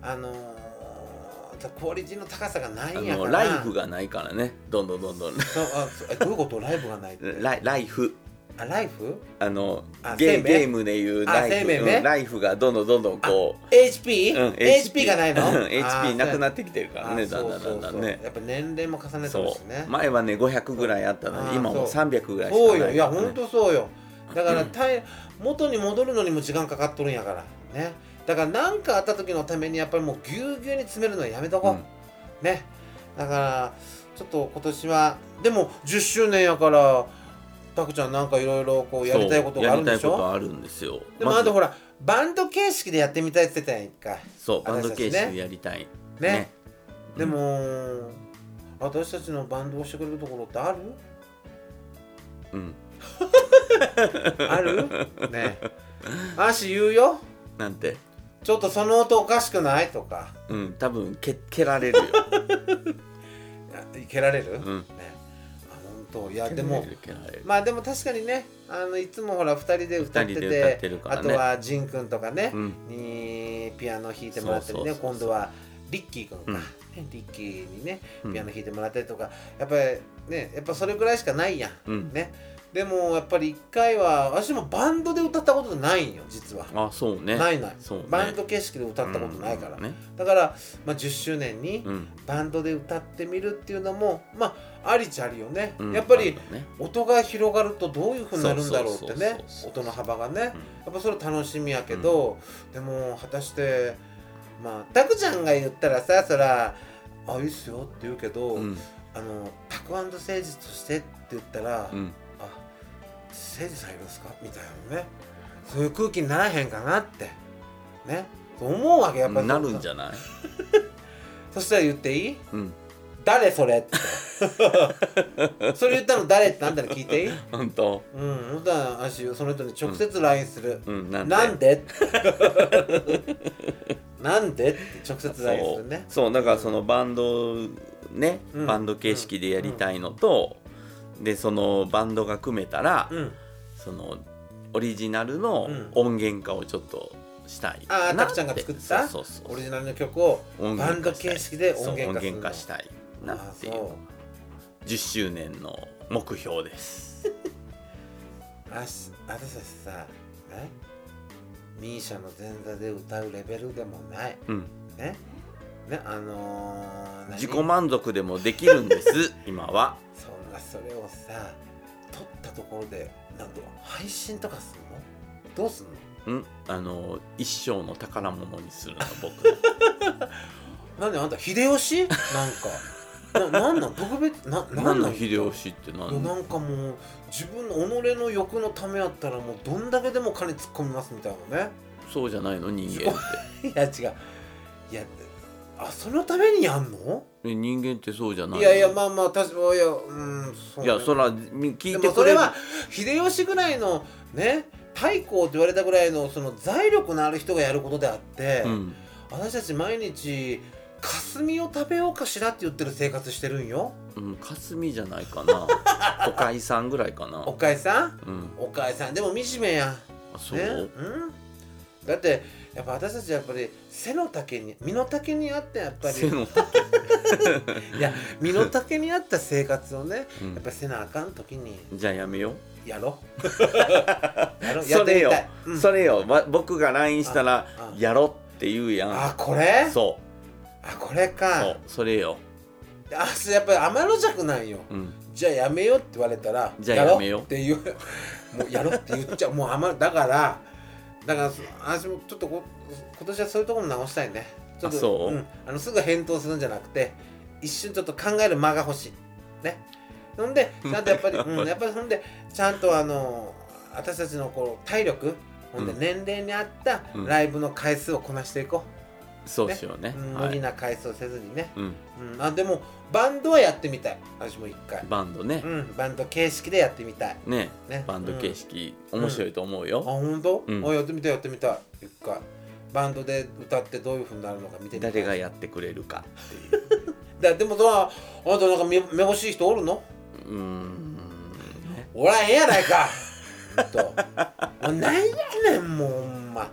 [SPEAKER 2] あのークオリティの高さがない
[SPEAKER 1] あ
[SPEAKER 2] んやか
[SPEAKER 1] の
[SPEAKER 2] ら
[SPEAKER 1] ライフがないからねどんどんどんどん
[SPEAKER 2] そうあそうえどういうことライブがないって
[SPEAKER 1] ライライフ
[SPEAKER 2] あライフ
[SPEAKER 1] あの
[SPEAKER 2] あ
[SPEAKER 1] ゲ
[SPEAKER 2] 生
[SPEAKER 1] ー
[SPEAKER 2] 命
[SPEAKER 1] ゲームでいうライ
[SPEAKER 2] あ生
[SPEAKER 1] フ、
[SPEAKER 2] 命ね
[SPEAKER 1] うんライフがどんどんどんどんこう
[SPEAKER 2] HP?、
[SPEAKER 1] うん
[SPEAKER 2] HP がないの
[SPEAKER 1] HP なくな
[SPEAKER 2] っ
[SPEAKER 1] ってきてるからねだんだんだんだんね
[SPEAKER 2] やっぱ年齢も重ねてる
[SPEAKER 1] そ
[SPEAKER 2] しね
[SPEAKER 1] う前はね500ぐらいあったの
[SPEAKER 2] あ
[SPEAKER 1] に
[SPEAKER 2] ー
[SPEAKER 1] 今もう
[SPEAKER 2] そう
[SPEAKER 1] 300ぐらいしかな
[SPEAKER 2] そう
[SPEAKER 1] いから
[SPEAKER 2] よ
[SPEAKER 1] ね
[SPEAKER 2] いやほんとそうよだからたい元に戻るのにも時間かかっとるんやからねだから何かあった時のためにやっぱりもうぎゅうぎゅうに詰めるのはやめとこう、
[SPEAKER 1] うん
[SPEAKER 2] ねだからちょっと今年はでも10周年やからたくちゃんなんかいろいろこうやりたいことがあるんでし
[SPEAKER 1] そうやりたいこと
[SPEAKER 2] ょ
[SPEAKER 1] あるんですよ
[SPEAKER 2] でも
[SPEAKER 1] まず
[SPEAKER 2] あとほらバンド形式でやってみたいって言ってたやん一回
[SPEAKER 1] そうバンド
[SPEAKER 2] 私た
[SPEAKER 1] 形
[SPEAKER 2] ちね
[SPEAKER 1] 式でやりたい
[SPEAKER 2] ね
[SPEAKER 1] うん
[SPEAKER 2] でも私たちのバンドをしてくれるところって ある
[SPEAKER 1] うん
[SPEAKER 2] あるねえアーシー言うよ
[SPEAKER 1] なんて
[SPEAKER 2] ちょっとその音おかしくないとか
[SPEAKER 1] うん多分蹴蹴ら れるよ
[SPEAKER 2] いやいけられる、ね
[SPEAKER 1] うん
[SPEAKER 2] あ本当いやでも
[SPEAKER 1] 蹴られる
[SPEAKER 2] まあでも確かにねあのいつもほら2人で歌って
[SPEAKER 1] 二
[SPEAKER 2] て
[SPEAKER 1] 人で歌ってるからね
[SPEAKER 2] あとはジンくんとかね、
[SPEAKER 1] うん
[SPEAKER 2] にピアノ弾いてもらったりね
[SPEAKER 1] そうそうそうそう
[SPEAKER 2] 今度はリッキーくんか、
[SPEAKER 1] うん
[SPEAKER 2] ねリッキーにね
[SPEAKER 1] うん
[SPEAKER 2] ピアノ弾いてもらったりとか、やっぱりねやっぱそれぐらいしかないやん、
[SPEAKER 1] うん
[SPEAKER 2] ねでもやっぱり1回は私もバンドで歌ったことないんよ実は、
[SPEAKER 1] あそうね
[SPEAKER 2] ないない、
[SPEAKER 1] そうね
[SPEAKER 2] バンド形式で歌ったことないから、
[SPEAKER 1] うんね
[SPEAKER 2] だから、まあ、10周年に
[SPEAKER 1] うん
[SPEAKER 2] バンドで歌ってみるっていうのもまあありっちゃありよね、
[SPEAKER 1] うん
[SPEAKER 2] やっぱ
[SPEAKER 1] そ
[SPEAKER 2] り
[SPEAKER 1] うだね
[SPEAKER 2] 音が広がるとどういうふうになるんだろうって
[SPEAKER 1] そ
[SPEAKER 2] ね
[SPEAKER 1] うそうそうそう
[SPEAKER 2] 音の幅がねやっぱそれ楽しみやけど、でも果たしてまあタクちゃんが言ったらさそら「あいいっすよ」って言うけど、
[SPEAKER 1] うん
[SPEAKER 2] あの「タクアンド誠実として」って言ったら「
[SPEAKER 1] うん
[SPEAKER 2] あ誠治さんいるんですか?」みたいなねそういう空気にならへんかなってねそう思うわけやっぱり
[SPEAKER 1] なるんじゃない
[SPEAKER 2] そしたら言っていい
[SPEAKER 1] うん
[SPEAKER 2] 誰それ ってそれ言ったの誰ってあんたに聞いていい
[SPEAKER 1] 本当
[SPEAKER 2] うん本当は私その人に直接 LINE する、
[SPEAKER 1] うんなんで
[SPEAKER 2] なんでってなんでって直接 LINE す
[SPEAKER 1] そ
[SPEAKER 2] る
[SPEAKER 1] う
[SPEAKER 2] ね
[SPEAKER 1] そうだからそのバンドね
[SPEAKER 2] うん
[SPEAKER 1] バンド形式でやりたいのとでそのバンドが組めたら
[SPEAKER 2] うん
[SPEAKER 1] そのオリジナルの
[SPEAKER 2] うん
[SPEAKER 1] 音源化をちょっとしたい
[SPEAKER 2] ああ
[SPEAKER 1] な
[SPEAKER 2] たくちゃんが作った
[SPEAKER 1] そうそうそう
[SPEAKER 2] オリジナルの曲を
[SPEAKER 1] 音
[SPEAKER 2] バ
[SPEAKER 1] 源
[SPEAKER 2] ンド
[SPEAKER 1] 化したい
[SPEAKER 2] 形式で
[SPEAKER 1] そう
[SPEAKER 2] 音源化する
[SPEAKER 1] 音
[SPEAKER 2] の
[SPEAKER 1] 源化したいなっていう
[SPEAKER 2] あ
[SPEAKER 1] のが10周年の目標 です
[SPEAKER 2] そうあし私たちさねミーシャの前座で歌うレベルでもない
[SPEAKER 1] うん
[SPEAKER 2] ねねあのー、何
[SPEAKER 1] 自己満足でもできるんです 今は
[SPEAKER 2] そんなそれをさ撮ったところでなんと配信とかするのどうすんの
[SPEAKER 1] うんあの一生の宝物にするの 僕
[SPEAKER 2] なんであんた秀吉なんかななんなん特別な
[SPEAKER 1] 何の秀
[SPEAKER 2] 秀
[SPEAKER 1] 吉って
[SPEAKER 2] いや
[SPEAKER 1] 何
[SPEAKER 2] なんかもう自分の己の欲のためやったらもうどんだけでも金突っ込みますみたいなね
[SPEAKER 1] そうじゃないの人間って
[SPEAKER 2] いや違ういやあそのためにやんの
[SPEAKER 1] え人間ってそうじゃない
[SPEAKER 2] い
[SPEAKER 1] の
[SPEAKER 2] やいやまあまあ確かいやうんそう
[SPEAKER 1] い
[SPEAKER 2] ね
[SPEAKER 1] やそらみ聞い
[SPEAKER 2] で
[SPEAKER 1] て
[SPEAKER 2] もそ
[SPEAKER 1] く
[SPEAKER 2] れ
[SPEAKER 1] れ
[SPEAKER 2] は秀吉ぐらいのね太閤って言われたぐらいのその財力のある人がやることであって、
[SPEAKER 1] うん
[SPEAKER 2] 私たち毎日霞を食べようかしらって言ってる生活してるんよ
[SPEAKER 1] うん霞じゃないか なおかいさんぐらいかな
[SPEAKER 2] おかえさん
[SPEAKER 1] うん
[SPEAKER 2] おかえさんでも惨めやん
[SPEAKER 1] あそう、
[SPEAKER 2] ねうんだってやっぱ私たちやっぱり背の丈に身の丈に合ったやっぱり
[SPEAKER 1] 背の
[SPEAKER 2] いや身の丈に合った生活をね
[SPEAKER 1] うん
[SPEAKER 2] やっぱせなあかん時に
[SPEAKER 1] じゃあやめよう
[SPEAKER 2] いやろ やろや
[SPEAKER 1] そ
[SPEAKER 2] って
[SPEAKER 1] れ
[SPEAKER 2] み
[SPEAKER 1] よ
[SPEAKER 2] たい、うん
[SPEAKER 1] それよ、ま、僕が LINE したら「
[SPEAKER 2] ああ
[SPEAKER 1] やろ」って言うやん
[SPEAKER 2] あこれ
[SPEAKER 1] そ
[SPEAKER 2] あこれ
[SPEAKER 1] う
[SPEAKER 2] か
[SPEAKER 1] そうそれよ、
[SPEAKER 2] あそれやっぱり天の弱なんよ
[SPEAKER 1] うん、
[SPEAKER 2] じゃあやめようって言われたら
[SPEAKER 1] じゃあ
[SPEAKER 2] ろ
[SPEAKER 1] やめよう
[SPEAKER 2] っていう もうやろうって言っちゃうもうあまだからだからそ私もちょっとこ今年はそういうところも直したいねちょっと、
[SPEAKER 1] あそうん
[SPEAKER 2] あのすぐ返答するんじゃなくて一瞬ちょっと考える間が欲しいねほんでちゃんとやっぱり、 うん、やっぱりほんでちゃんとあの私たちのこう体力ほんで
[SPEAKER 1] うん
[SPEAKER 2] 年齢に合った
[SPEAKER 1] うん
[SPEAKER 2] ライブの回数をこなしていこ
[SPEAKER 1] そうしよう
[SPEAKER 2] う、
[SPEAKER 1] ね
[SPEAKER 2] うん
[SPEAKER 1] は
[SPEAKER 2] 無理
[SPEAKER 1] い、
[SPEAKER 2] な回数をせずにね、
[SPEAKER 1] うん、
[SPEAKER 2] うん、あでもバンドはやってみたい私も一回
[SPEAKER 1] バンドね
[SPEAKER 2] う、ん、バンド形式でやってみたい。
[SPEAKER 1] ね
[SPEAKER 2] ね
[SPEAKER 1] バンド形式、面白いと思う
[SPEAKER 2] あ、
[SPEAKER 1] よ、
[SPEAKER 2] 本当？
[SPEAKER 1] うん
[SPEAKER 2] あ、やってみたいやってみたい。一回バンドで歌ってどういう風になるのか見てみたい。
[SPEAKER 1] 誰が
[SPEAKER 2] や。
[SPEAKER 1] やってくれるかっていう
[SPEAKER 2] だでもさ、あんたなんかめめぼしい人おるの？
[SPEAKER 1] うーんね
[SPEAKER 2] おらへんやな いか。ほんと。もうなんやねんもうほんま。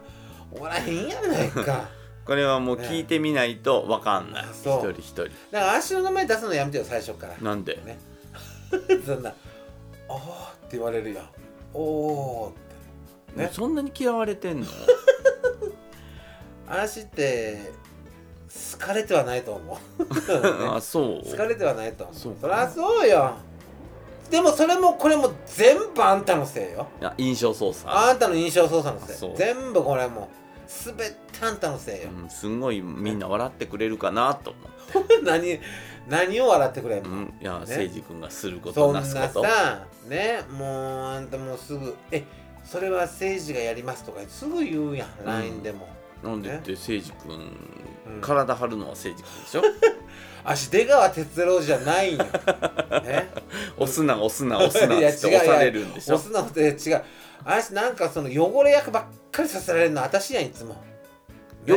[SPEAKER 2] おらへんやないか。
[SPEAKER 1] これはもう聞いてみないとわかんない、
[SPEAKER 2] ねあ
[SPEAKER 1] 一
[SPEAKER 2] そう
[SPEAKER 1] 人一人
[SPEAKER 2] だから足の名前出すのやめてよ最初から。
[SPEAKER 1] なんで
[SPEAKER 2] ね。そんな。あーって言われるやん。おおって。ね
[SPEAKER 1] そんなに嫌われてんの
[SPEAKER 2] 足って好かれてはないと 思う。ね
[SPEAKER 1] あそう
[SPEAKER 2] 疲れてはないと思う
[SPEAKER 1] そう
[SPEAKER 2] そりゃそうよでもそれもこれも全部あんたのせいよ
[SPEAKER 1] あ印象操作
[SPEAKER 2] あんたの印象操作の
[SPEAKER 1] あ
[SPEAKER 2] せ
[SPEAKER 1] そ
[SPEAKER 2] いう全部これもすべてあんたのせいよ、
[SPEAKER 1] うん、すんごいみんな笑ってくれるかなと思
[SPEAKER 2] 何何を笑ってくれん
[SPEAKER 1] う、
[SPEAKER 2] の、
[SPEAKER 1] うん、いや誠司、君がするこ
[SPEAKER 2] そ
[SPEAKER 1] と
[SPEAKER 2] んな
[SPEAKER 1] なすこと
[SPEAKER 2] さねもうあんたもうすぐえそれは政治がやりますとかすぐ言うやん、
[SPEAKER 1] ん
[SPEAKER 2] LINE でも
[SPEAKER 1] なんでっ
[SPEAKER 2] ね
[SPEAKER 1] て誠司君
[SPEAKER 2] うん
[SPEAKER 1] 体張るのは誠司君でしょ
[SPEAKER 2] 足出川哲郎じゃな いんよ、ね、
[SPEAKER 1] 押すな押すな押すなっ
[SPEAKER 2] いや
[SPEAKER 1] つって
[SPEAKER 2] 違う
[SPEAKER 1] 押されるんでしょ
[SPEAKER 2] 押すのって違うあいつなんかその汚れ役ばっかりさせられるの私やんいつも、ね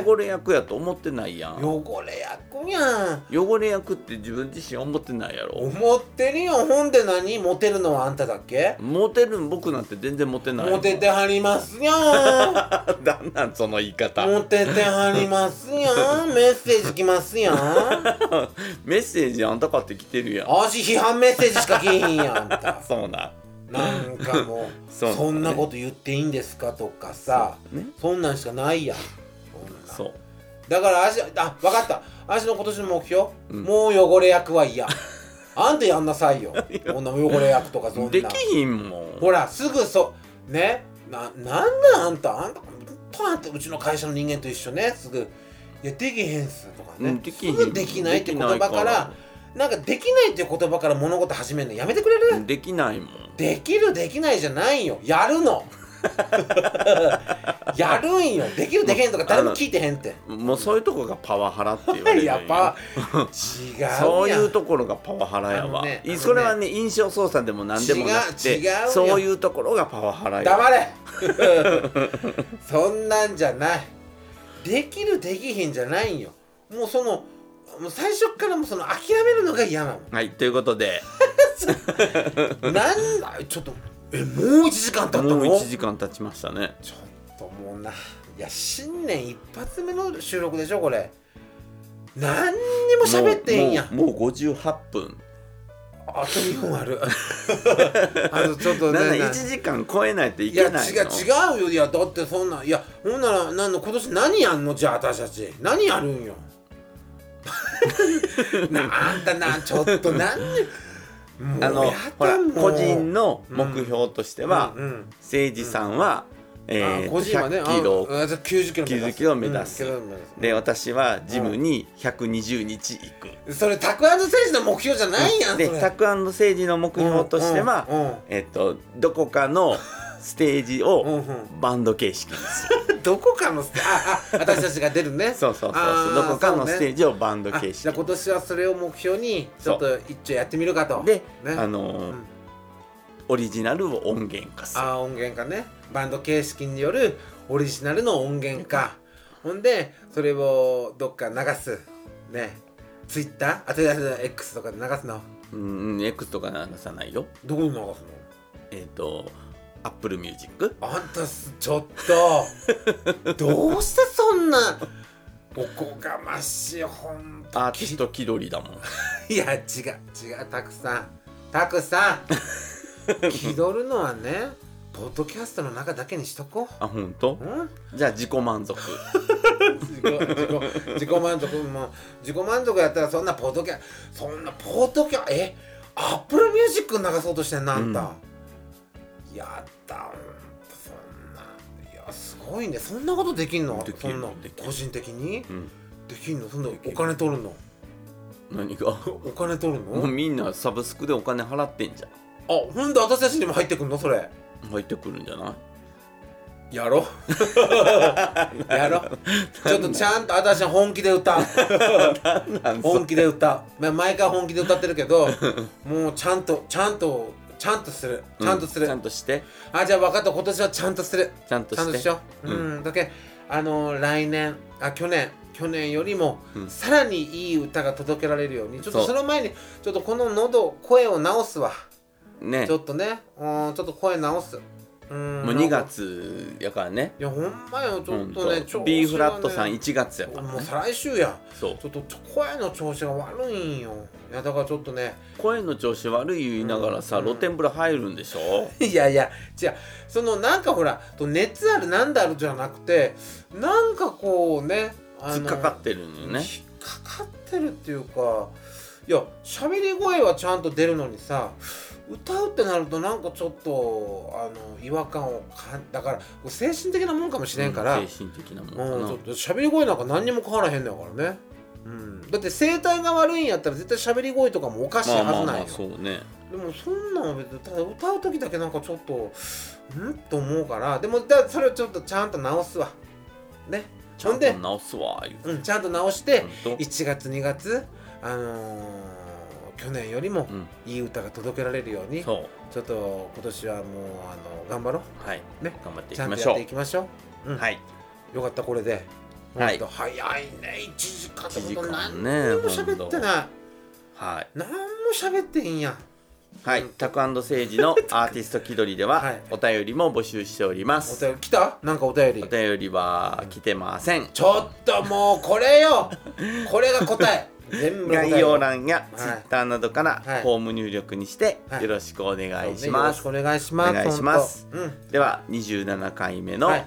[SPEAKER 1] 汚れ役やと思ってないやん
[SPEAKER 2] 汚れ役やん
[SPEAKER 1] 汚れ役って自分自身思ってないやろ
[SPEAKER 2] 思ってるよほんで何モテるのはあんただっけ
[SPEAKER 1] モテるん僕なんて全然モテないもん
[SPEAKER 2] モテ てはりますや
[SPEAKER 1] だんなんその言い方
[SPEAKER 2] んモテてはりますやんメッセージ来ますやん
[SPEAKER 1] メッセージあんたかって来てるやん
[SPEAKER 2] 足批判メッセージしか来へんやんあんた
[SPEAKER 1] そうなん
[SPEAKER 2] なんかもう
[SPEAKER 1] そう
[SPEAKER 2] そ,、
[SPEAKER 1] だね
[SPEAKER 2] んなこと言っていいんですかとかさ
[SPEAKER 1] ね
[SPEAKER 2] そんなんしかないやんそんな
[SPEAKER 1] そう
[SPEAKER 2] だから足あ分かった足の今年の目標、
[SPEAKER 1] うん
[SPEAKER 2] もう汚れ役は嫌あんたやんな さいよこんな汚れ役とかそんな
[SPEAKER 1] できひんもん
[SPEAKER 2] ほらすぐそうねななんなんあんたあんたとあんたうちの会社の人間と一緒ねすぐ「いやできへんっす」とかね、
[SPEAKER 1] うんできへん
[SPEAKER 2] すぐできないって言葉から
[SPEAKER 1] で
[SPEAKER 2] なんかできないっていう言葉から物事始めるのやめてくれる、
[SPEAKER 1] できないもん
[SPEAKER 2] できるできないじゃないよや るのやるんよできるできへんとか誰も聞いてへんって
[SPEAKER 1] もうそういうとこがパワハラって言われるんよ
[SPEAKER 2] やっぱ違うやん
[SPEAKER 1] そういうところがパワハラや
[SPEAKER 2] あ
[SPEAKER 1] わ、
[SPEAKER 2] のねあのね
[SPEAKER 1] それはね印象操作でも何でもなくて
[SPEAKER 2] 違う違うよ
[SPEAKER 1] そういうところがパワハラやわ
[SPEAKER 2] 黙れそんなんじゃないできるできひんじゃないんよもうそのもう最初からもうその諦めるのが嫌なの
[SPEAKER 1] はいということで
[SPEAKER 2] なんだちょっとえもう1時間経ったの
[SPEAKER 1] もう1時間経ちましたね
[SPEAKER 2] ちょっともうないや新年一発目の収録でしょこれ何にも喋ってへんやん
[SPEAKER 1] もうもうもう58分
[SPEAKER 2] あと2分ある あとちょっと ね
[SPEAKER 1] なんだ1時間超えないとい
[SPEAKER 2] いや
[SPEAKER 1] け
[SPEAKER 2] 違う
[SPEAKER 1] ないの
[SPEAKER 2] 違うよいやだってそんないやほんならなんの今年何やんのじゃあ私たち何やるんよ なあんたなちょっと何もう
[SPEAKER 1] あの
[SPEAKER 2] や
[SPEAKER 1] ほら
[SPEAKER 2] だもう
[SPEAKER 1] 個人の目標としては、
[SPEAKER 2] うんうん
[SPEAKER 1] 誠司さんは、えー
[SPEAKER 2] あ個人はね
[SPEAKER 1] 100キロ
[SPEAKER 2] ああ90キロ
[SPEAKER 1] 90キロ目指す
[SPEAKER 2] うん90キロ目指
[SPEAKER 1] で私はジムに120日行く、
[SPEAKER 2] すそれタクアンド選手の目標じゃないやん
[SPEAKER 1] で
[SPEAKER 2] それ
[SPEAKER 1] タクアンド政治の目標としては、
[SPEAKER 2] うんうん
[SPEAKER 1] えっとどこか のステージ
[SPEAKER 2] うん
[SPEAKER 1] を
[SPEAKER 2] う
[SPEAKER 1] バンド形式にする
[SPEAKER 2] んどこかのステああ私たちが出るね
[SPEAKER 1] そうそうそう
[SPEAKER 2] あ
[SPEAKER 1] そう
[SPEAKER 2] ー
[SPEAKER 1] どこかの
[SPEAKER 2] そうね
[SPEAKER 1] ステージをバンド
[SPEAKER 2] あ
[SPEAKER 1] 形
[SPEAKER 2] じ
[SPEAKER 1] 式
[SPEAKER 2] ゃあ今年はそれを目標にちょっと一丁やってみるかと
[SPEAKER 1] で、
[SPEAKER 2] ね
[SPEAKER 1] あのー
[SPEAKER 2] うん
[SPEAKER 1] オリジナルを音源化する
[SPEAKER 2] あー音源化ねバンド形式によるオリジナルの音源化ほんでそれをどっか流すねツイッターあとりあえず X とかで流すの
[SPEAKER 1] うんうん X とか流さないよ
[SPEAKER 2] どこに流すの
[SPEAKER 1] えっ、と Apple Music
[SPEAKER 2] あんたすちょっ とどうしてそんなおこがましいほんと
[SPEAKER 1] アーティスト気取りだもん
[SPEAKER 2] いや違う違うたくさんたくさん気取るのはねポッドキャストの中だけにしとこ
[SPEAKER 1] あ本当
[SPEAKER 2] う。うん
[SPEAKER 1] じゃあ自己満足
[SPEAKER 2] 自己自己自己満足も自己満足やったらそんなポッドキャそんなポッドキャえアップルミュージック流そうとしてんなあんた、やったほんとそんないやすごいねそんなことできんの
[SPEAKER 1] でき
[SPEAKER 2] そ
[SPEAKER 1] る
[SPEAKER 2] んな
[SPEAKER 1] できる
[SPEAKER 2] 個人的に
[SPEAKER 1] うん
[SPEAKER 2] できんのそんな
[SPEAKER 1] できる
[SPEAKER 2] お金取るの
[SPEAKER 1] 何が
[SPEAKER 2] お金取る
[SPEAKER 1] もう
[SPEAKER 2] の
[SPEAKER 1] みんなサブスクでお金払ってんじゃん
[SPEAKER 2] あほんで私たちにも入ってくんのそれ
[SPEAKER 1] 入ってくるんじゃない
[SPEAKER 2] やろ やろちょっとちゃんと私は本気で歌う
[SPEAKER 1] なんそ
[SPEAKER 2] 本気で歌うまあ毎回本気で歌ってるけどもうちゃんとちゃんとちゃんとするちゃんとする、
[SPEAKER 1] うちゃんとして
[SPEAKER 2] あじゃあ分かった今年はちゃんとする
[SPEAKER 1] ちゃんと
[SPEAKER 2] ちゃん
[SPEAKER 1] し
[SPEAKER 2] と
[SPEAKER 1] て
[SPEAKER 2] しようう、
[SPEAKER 1] うん
[SPEAKER 2] だけあのー来年あ去年去年よりも、
[SPEAKER 1] うん
[SPEAKER 2] さらにいい歌が届けられるようにちょっ
[SPEAKER 1] そ
[SPEAKER 2] と
[SPEAKER 1] う
[SPEAKER 2] その前にちょっとこの喉声を直すわ
[SPEAKER 1] ね
[SPEAKER 2] ちょっとねうんちょっと声直すうん
[SPEAKER 1] もう2月やからね
[SPEAKER 2] いやほんまよちょっと
[SPEAKER 1] ほ
[SPEAKER 2] ね、
[SPEAKER 1] ん
[SPEAKER 2] 調子が
[SPEAKER 1] と
[SPEAKER 2] ね
[SPEAKER 1] B フラットさん1月やか
[SPEAKER 2] あ
[SPEAKER 1] ら
[SPEAKER 2] もう
[SPEAKER 1] ね
[SPEAKER 2] 再来週やん
[SPEAKER 1] そう
[SPEAKER 2] ちょっと声の調子が悪いんよいやだからちょっとね
[SPEAKER 1] 声の調子悪い言いながらさ
[SPEAKER 2] うん
[SPEAKER 1] 露天風呂入るんでしょ
[SPEAKER 2] いやいや違うそのなんかほらと熱あるなんだあるじゃなくてなんかこうねあの
[SPEAKER 1] 突っかかってるのよね
[SPEAKER 2] 引っかかってるっていうかいや喋り声はちゃんと出るのにさ歌うってなるとなんかちょっとあの違和感をかんだから精神的なもんかもしれんから、
[SPEAKER 1] うん精神的なもんか
[SPEAKER 2] うん、
[SPEAKER 1] な
[SPEAKER 2] ちょっと喋り声なんか何にも変わらへんだからね、うん、だって声帯が悪いんやったら絶対喋り声とかもおかしいはずなん
[SPEAKER 1] ま
[SPEAKER 2] よ、
[SPEAKER 1] あまあまあそうね
[SPEAKER 2] でもそんなんは別にただ歌う時だけなんかちょっとうんと思うからでもだそれをちょっとちゃんと直すわね
[SPEAKER 1] ちゃ
[SPEAKER 2] ほ
[SPEAKER 1] ん
[SPEAKER 2] ん
[SPEAKER 1] と
[SPEAKER 2] で
[SPEAKER 1] 直すわ言う
[SPEAKER 2] うんちゃんと直して
[SPEAKER 1] ほんと
[SPEAKER 2] 1月2月あのー去年よりも
[SPEAKER 1] うん
[SPEAKER 2] いい歌が届けられるように、ちょ
[SPEAKER 1] そう
[SPEAKER 2] っと今年はもうあの頑張ろ
[SPEAKER 1] はい、
[SPEAKER 2] ね
[SPEAKER 1] 頑張って
[SPEAKER 2] う
[SPEAKER 1] い
[SPEAKER 2] ち
[SPEAKER 1] き
[SPEAKER 2] ゃん
[SPEAKER 1] ま
[SPEAKER 2] と
[SPEAKER 1] し
[SPEAKER 2] やっ
[SPEAKER 1] ょ
[SPEAKER 2] ていきましょう、う
[SPEAKER 1] う。
[SPEAKER 2] ん
[SPEAKER 1] はい、
[SPEAKER 2] よかったこれで、
[SPEAKER 1] はい
[SPEAKER 2] ほんと早いね1時間って
[SPEAKER 1] 一時
[SPEAKER 2] こと
[SPEAKER 1] 間
[SPEAKER 2] 何
[SPEAKER 1] ね
[SPEAKER 2] にも喋ってない
[SPEAKER 1] はい、
[SPEAKER 2] 何も喋ってへんやん
[SPEAKER 1] はい、タクアンドセイジ のアーティスト気取りでは、
[SPEAKER 2] はい
[SPEAKER 1] お便りも募集しておりま
[SPEAKER 2] お
[SPEAKER 1] す。
[SPEAKER 2] 便り来たなんかお便り
[SPEAKER 1] お便りは来てません。
[SPEAKER 2] ちょっともうこれよこれが答え全部の答え
[SPEAKER 1] 概要欄や
[SPEAKER 2] い
[SPEAKER 1] Twitter などから
[SPEAKER 2] はい
[SPEAKER 1] フォーム入力にして
[SPEAKER 2] はい
[SPEAKER 1] よろしくお願いし
[SPEAKER 2] そうねよろ
[SPEAKER 1] ま
[SPEAKER 2] し
[SPEAKER 1] す。
[SPEAKER 2] くお願いします
[SPEAKER 1] お願いします
[SPEAKER 2] ほんとうん
[SPEAKER 1] では27回目の
[SPEAKER 2] はい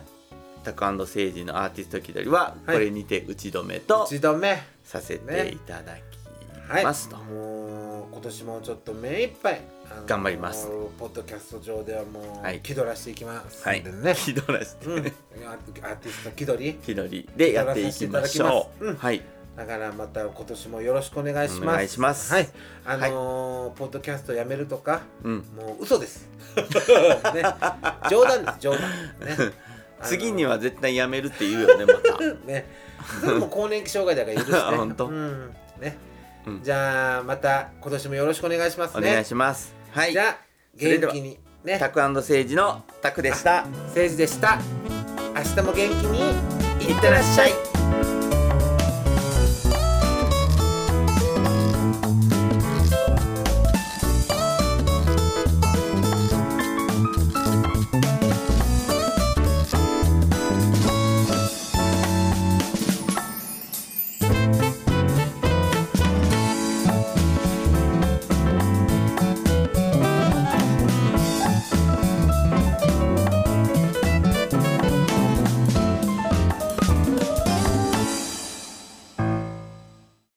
[SPEAKER 1] タクアンドセイジのアーティスト気取りはこ
[SPEAKER 2] はい
[SPEAKER 1] れにて打ち止めと
[SPEAKER 2] 一度目
[SPEAKER 1] させていただき
[SPEAKER 2] はい
[SPEAKER 1] ますと。
[SPEAKER 2] もう今年もちょっと目いっぱいあの
[SPEAKER 1] 頑張ります
[SPEAKER 2] ポッドキャスト上ではもう、
[SPEAKER 1] はい
[SPEAKER 2] 気取らしていきます
[SPEAKER 1] はい
[SPEAKER 2] んでね、、
[SPEAKER 1] 気取らして、
[SPEAKER 2] うん、アーティアーティスト気取り
[SPEAKER 1] 気取りでやっていきましょう。
[SPEAKER 2] 気取らせていただきますうん
[SPEAKER 1] はい、
[SPEAKER 2] だからまた今年もよろしくお願いします
[SPEAKER 1] お願いします
[SPEAKER 2] はいあのーポッドキャストやめるとか
[SPEAKER 1] うん。
[SPEAKER 2] もう嘘です、ね、冗談です冗談ね
[SPEAKER 1] 次
[SPEAKER 2] に
[SPEAKER 1] には絶対やめるって言うよねまた
[SPEAKER 2] ね、それも更年期障害だから許して
[SPEAKER 1] ほんと
[SPEAKER 2] うんね
[SPEAKER 1] うん
[SPEAKER 2] じゃあまた今年もよろしくお願いし ます
[SPEAKER 1] お
[SPEAKER 2] ね
[SPEAKER 1] 願いしますはい
[SPEAKER 2] じゃあ
[SPEAKER 1] それで
[SPEAKER 2] 元
[SPEAKER 1] は
[SPEAKER 2] 気にね
[SPEAKER 1] タクセイ ジのタクでした
[SPEAKER 2] 政治でした明日も元気にいってらっしゃい